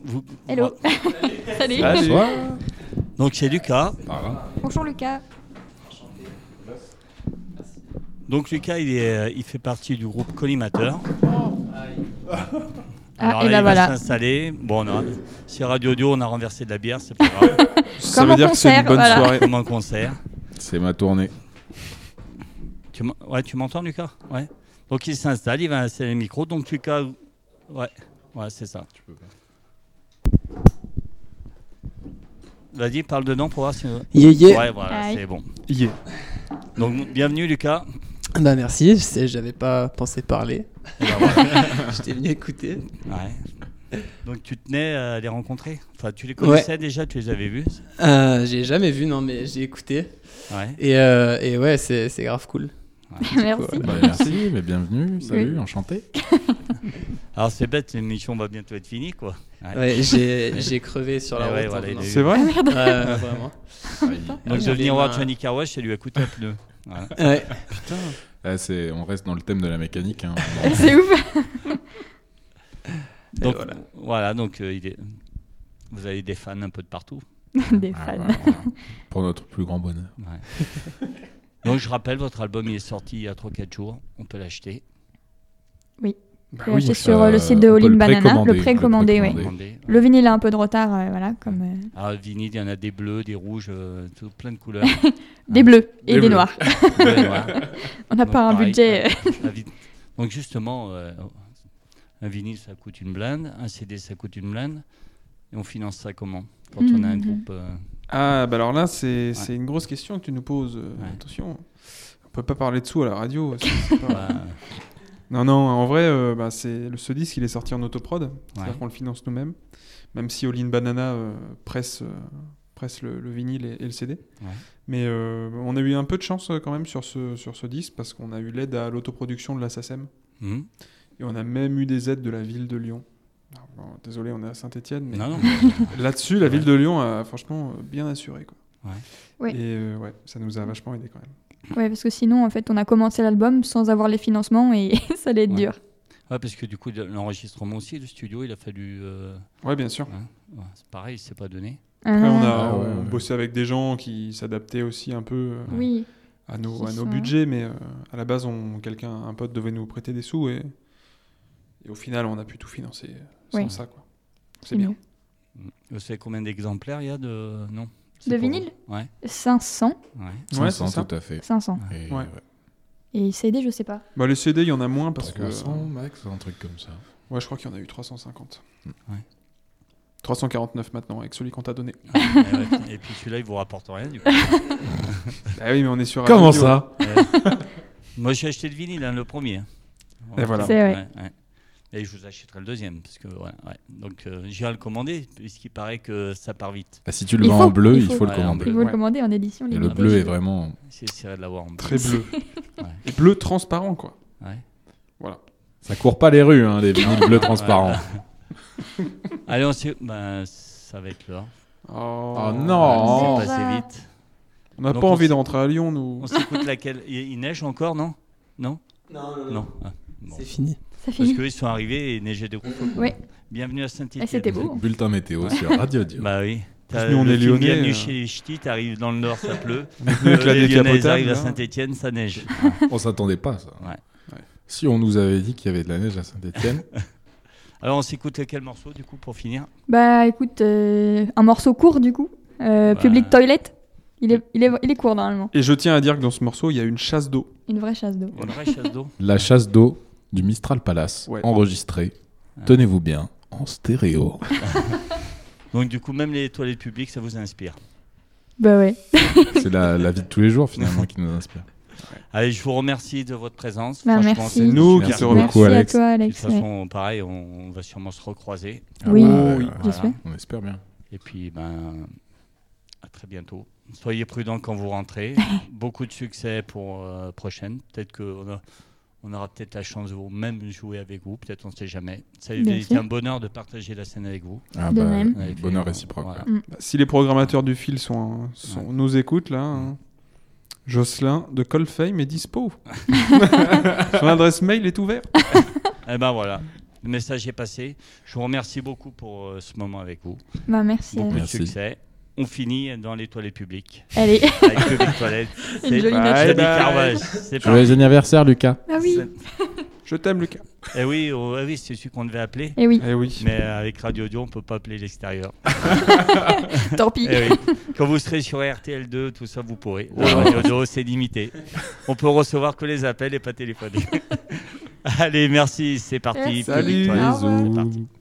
B: Vous-
C: Hello. *laughs* Salut.
E: Salut.
D: Bonsoir.
B: Donc, c'est Lucas.
C: Bonjour Lucas.
B: Donc, Lucas, il, est, euh, il fait partie du groupe Collimateur.
C: Ah,
B: Alors
C: et
B: Ah, là,
C: ben
B: il va
C: voilà.
B: s'installer. Bon, on a, si Radio Audio, on a renversé de la bière, c'est pas grave.
E: Ça
C: Comme
E: veut
C: en
E: dire que c'est une
C: concert,
E: bonne
C: voilà.
E: soirée.
B: Comme un concert.
C: Ah.
D: C'est
C: *laughs*
D: ma tournée.
B: Tu m'en- ouais, tu m'entends, Lucas Ouais. Donc, il s'installe, il va installer le micro. Donc, Lucas, ouais, ouais c'est ça. Vas-y, parle dedans pour voir si.
G: Yeah, yeah.
B: Ouais, voilà,
C: Aïe.
B: c'est bon.
E: Yeah.
B: Donc, bienvenue, Lucas.
G: Bah merci, je sais, j'avais pas
B: *laughs*
G: pensé parler.
B: Et ben, voilà.
G: J'étais venu écouter.
B: Ouais. Donc, tu tenais à les rencontrer Enfin, tu les connaissais déjà, tu les avais vus
G: Euh, j'ai jamais vu, non, mais j'ai écouté.
B: Ouais.
G: Et, euh, et ouais, c'est c'est grave cool.
C: Merci.
G: Voilà.
D: Bah, merci, mais bienvenue. Salut, enchanté.
B: Alors, c'est bête, l'émission va bientôt être finie, quoi.
G: Ouais, j'ai j'ai crevé sur la
B: Eh
G: route.
B: ouais,
G: en
B: voilà, il
G: venant.
B: est-
E: C'est vrai
G: Ouais,
B: *laughs*
G: vraiment.
B: Donc, je
G: Ah,
B: vais venir
G: les
B: voir
G: mains.
B: Johnny Carwash et lui a coûté un pneu. Voilà.
G: Ouais.
D: Là, c'est- on reste dans le thème de la mécanique. hein.
C: *laughs* C'est ouf.
B: Donc, voilà.
G: voilà.
B: donc euh, il est... vous avez des fans un peu de
G: *laughs*
B: partout.
C: Des
D: Ah,
C: fans.
D: voilà, voilà. Pour notre plus grand bonheur.
B: Ouais. donc, je rappelle, votre album il est sorti il y a 3-4 jours. On peut l'acheter.
E: Bah
C: J'ai
E: oui.
C: acheté sur
D: euh,
C: euh, le site de
D: on peut
C: All
D: le
C: In Banana,
D: précommander,
C: le précommandé,
D: le
C: oui.
D: précommander.
B: Demandez.
C: Le vinyle a un peu de retard, euh, voilà, comme euh,
B: Ah, vinyle, il y en a des bleus, des rouges, euh, tout- plein de couleurs.
C: *laughs* des bleus et
E: Des
C: des
E: bleus.
C: noirs.
B: Bleu et noir.
C: On n'a
B: Donc,
C: *laughs* pas un
B: pareil,
C: budget. euh,
B: euh, la vi- Donc justement, euh, un vinyle, ça coûte une blinde, un CD, ça coûte une blinde. Et on finance ça comment Quand on a un
C: Mhm.
B: groupe... euh,
E: Ah, bah alors là, c'est c'est une grosse question que tu nous poses. euh,
B: Ouais.
E: Attention. On peut pas parler de sous à la radio. parce que c'est pas-
B: *laughs* bah,
E: Non, non, en vrai, euh, bah, c'est le- ce disque, il est sorti en autoprod. C'est-à-dire
B: Ouais.
E: qu'on le finance nous-mêmes. Même si All In Banana euh, presse, euh, presse le, le vinyle et, et le CD.
B: Ouais.
E: Mais euh, on a eu un peu de chance euh, quand même sur ce, sur ce disque parce qu'on a eu l'aide à l'autoproduction de la SACEM.
B: hmm
E: Et on a même eu des aides de la ville de Lyon. Alors, bon, désolé, on est à Saint-Etienne, mais
B: Non, non.
E: là-dessus, la
B: Ouais.
E: ville de Lyon a franchement euh, bien assuré. Quoi.
B: Ouais.
C: Oui.
E: Et euh, ouais, ça nous a vachement aidé quand même.
C: euh, Ouais, parce que sinon, en fait, on a commencé l'album sans avoir les financements et *laughs* ça allait être
B: Ouais.
C: dur.
B: Ouais, parce que du coup, de- l'enregistrement aussi, le studio, il a fallu... euh,
E: Ouais, bien sûr.
B: ouais, c'est pareil, c'est pas donné.
E: Après, on
C: Ah,
E: a
D: Ah ouais,
E: on
D: ouais.
E: bossé avec des gens qui s'adaptaient aussi un peu euh,
B: Mm.
C: Oui.
E: à nos,
C: Qui
E: à nos
C: sont-
E: budgets, mais euh, à la base, on, quelqu'un, un pote devait nous prêter des sous et, et au final, on a pu tout financer sans
C: Ouais.
E: ça. Quoi.
C: C'est
E: C'est bien.
C: mieux.
B: Vous savez combien d'exemplaires il y a de... Non C'est
C: De
B: pour-
C: vinyle
B: Ouais,
C: 500. *laughs*
B: ouais.
E: Ouais, c'est
D: 500,
E: ça.
D: tout à fait.
C: 500.
D: Et,
E: Ouais.
C: Et CD, je sais pas.
E: Bah, les CD, il y en a moins parce que. euh,
D: 300 max, un truc comme ça.
E: Ouais, je crois qu'il y en a eu 350.
B: Mm. Ouais.
E: 349 maintenant, avec celui qu'on t'a donné. *laughs*
B: Ouais, ouais. Et puis celui-là, il vous rapporte rien, du coup.
E: Ah oui, mais on est sur.
D: Comment
E: Radio.
D: ça
B: Moi, j'ai acheté le vinyle, hein, le premier.
E: Et voilà.
C: C'est vrai.
B: Ouais, ouais. Et je vous achèterai le deuxième. Parce que, voilà, ouais. Donc, euh, j'irai le commander, puisqu'il paraît que ça part vite.
D: Bah, si tu le
C: Il
D: vends
C: faut-
D: en bleu,
C: il
D: il
C: faut-
D: faut, le
B: Ouais, en
D: commander.
C: Il faut le
E: Ouais.
C: commander en édition
D: Et le
C: limitée.
D: bleu est vraiment.
B: J'essaierai de l'avoir en
E: Très bleu.
B: *laughs* Ouais.
E: Et bleu transparent, quoi.
B: Ouais.
D: Ça court pas les rues, hein, les vinyles bleus transparents.
B: Allez, on sait. Ben, ça va être l'heure.
E: Oh,
D: Oh non
B: C'est passé
C: Déjà.
B: vite.
E: On n'a
B: Donc
E: pas
B: on
E: envie
B: s-
E: de rentrer à Lyon, nous.
B: On s'écoute laquelle il, il neige encore, non Non
G: Non,
B: Non. Ah, bon.
G: C'est fini.
C: Ça
B: Parce
C: finit.
B: qu'ils sont arrivés et il neigeait de gros
C: Ouais.
B: Bienvenue à Saint-Étienne.
C: Et c'était beau.
D: Bulletin météo sur Radio Dio.
B: Bah oui.
E: Parce que nous, on
B: le
E: est
B: film
E: lyonnais,
B: Bienvenue
E: euh.
B: chez les ch'tis, t'arrives dans le nord, ça
E: *laughs*
B: pleut. Euh,
E: On est venu avec la
B: les lyonnais
E: décapotable. hein.
B: arrivent à
E: là.
B: Saint-Étienne, ça
E: *laughs*
B: neige.
D: On s'attendait pas à ça.
B: Ouais.
E: Ouais.
D: Si on nous avait dit qu'il y avait de la neige à Saint-Etienne,
B: Alors on s'écoute quel morceau du coup pour finir
C: Bah écoute, euh, un morceau court du coup. Euh,
B: Bah.
C: Public Toilet. Il est, il, est, il est court normalement.
E: Et je tiens à dire que dans ce morceau, il y a une chasse d'eau.
C: Une vraie chasse d'eau.
B: Une vraie chasse d'eau.
D: *laughs* la chasse d'eau du Mistral Palace,
E: Ouais.
D: enregistrée,
B: Ouais.
D: tenez-vous bien, en stéréo.
B: Donc du coup même les toilettes publiques ça vous inspire.
C: Bah ouais.
D: C'est la, la vie de tous les jours finalement qui nous inspire.
B: Allez, je vous remercie de votre présence.
C: Bah,
B: Franchement,
C: merci.
B: c'est
E: C'est nous qui
D: Merci
E: te
D: beaucoup,
E: remercions.
C: Merci à toi,
D: Alex.
B: De toute
C: Alex. ouais.
B: façon, pareil, on, on va sûrement se recroiser.
D: Ah
C: Oui,
D: bah,
C: oui,
D: voilà.
C: j'espère.
D: On espère bien.
B: Et puis, ben, à très bientôt. Soyez prudents quand vous
C: *laughs*
B: rentrez. Beaucoup de succès pour euh, prochaine. Peut-être qu'on a- on aura peut-être la chance de vous même jouer avec vous. Peut-être on ne sait jamais. Ça a
C: Bien
B: été
C: sûr. Mm.
B: un bonheur de partager la scène avec vous.
D: Ah
C: De
D: bah,
C: même.
B: Et puis,
D: Bonheur
B: on-
D: réciproque.
B: voilà.
E: Bah, Si les programmateurs du fil sont, sont-
B: Ouais.
E: nous écoutent, là, hein, Jocelyn de Colfame est dispo. Son adresse mail est ouverte.
C: Ah
B: Eh ben voilà. Le message est passé. Je vous remercie beaucoup pour euh, ce moment avec vous.
C: Bah, merci.
B: Beaucoup
C: Alex.
B: de
D: Merci.
B: succès. On finit dans les toilettes publiques.
C: *laughs* Allez,
B: Avec Public Toilette.
C: *laughs* une jolie
E: pas-
C: note.
E: Bye
B: Johnny
E: bye.
B: Carvage. C'est parti.
D: Joyeux anniversaire, Lucas.
C: Ah oui.
E: Je t'aime, Lucas.
B: Eh oui, oh, ah oui c'est celui qu'on devait appeler. *laughs*
C: Et oui,
E: Eh oui.
B: Mais euh, avec Radio Audio, on ne peut pas appeler l'extérieur.
C: tant pis.
B: Eh oui. Quand vous serez sur RTL2, tout ça, vous pourrez. La
D: Ouais.
B: Radio Audio, c'est limité. On peut recevoir que
E: *laughs*
B: les appels et pas téléphoner. Allez, merci, c'est parti.
C: Merci.
B: Public
E: Salut.
B: Toilette,
C: Au revoir.
B: c'est parti.
E: Bisous.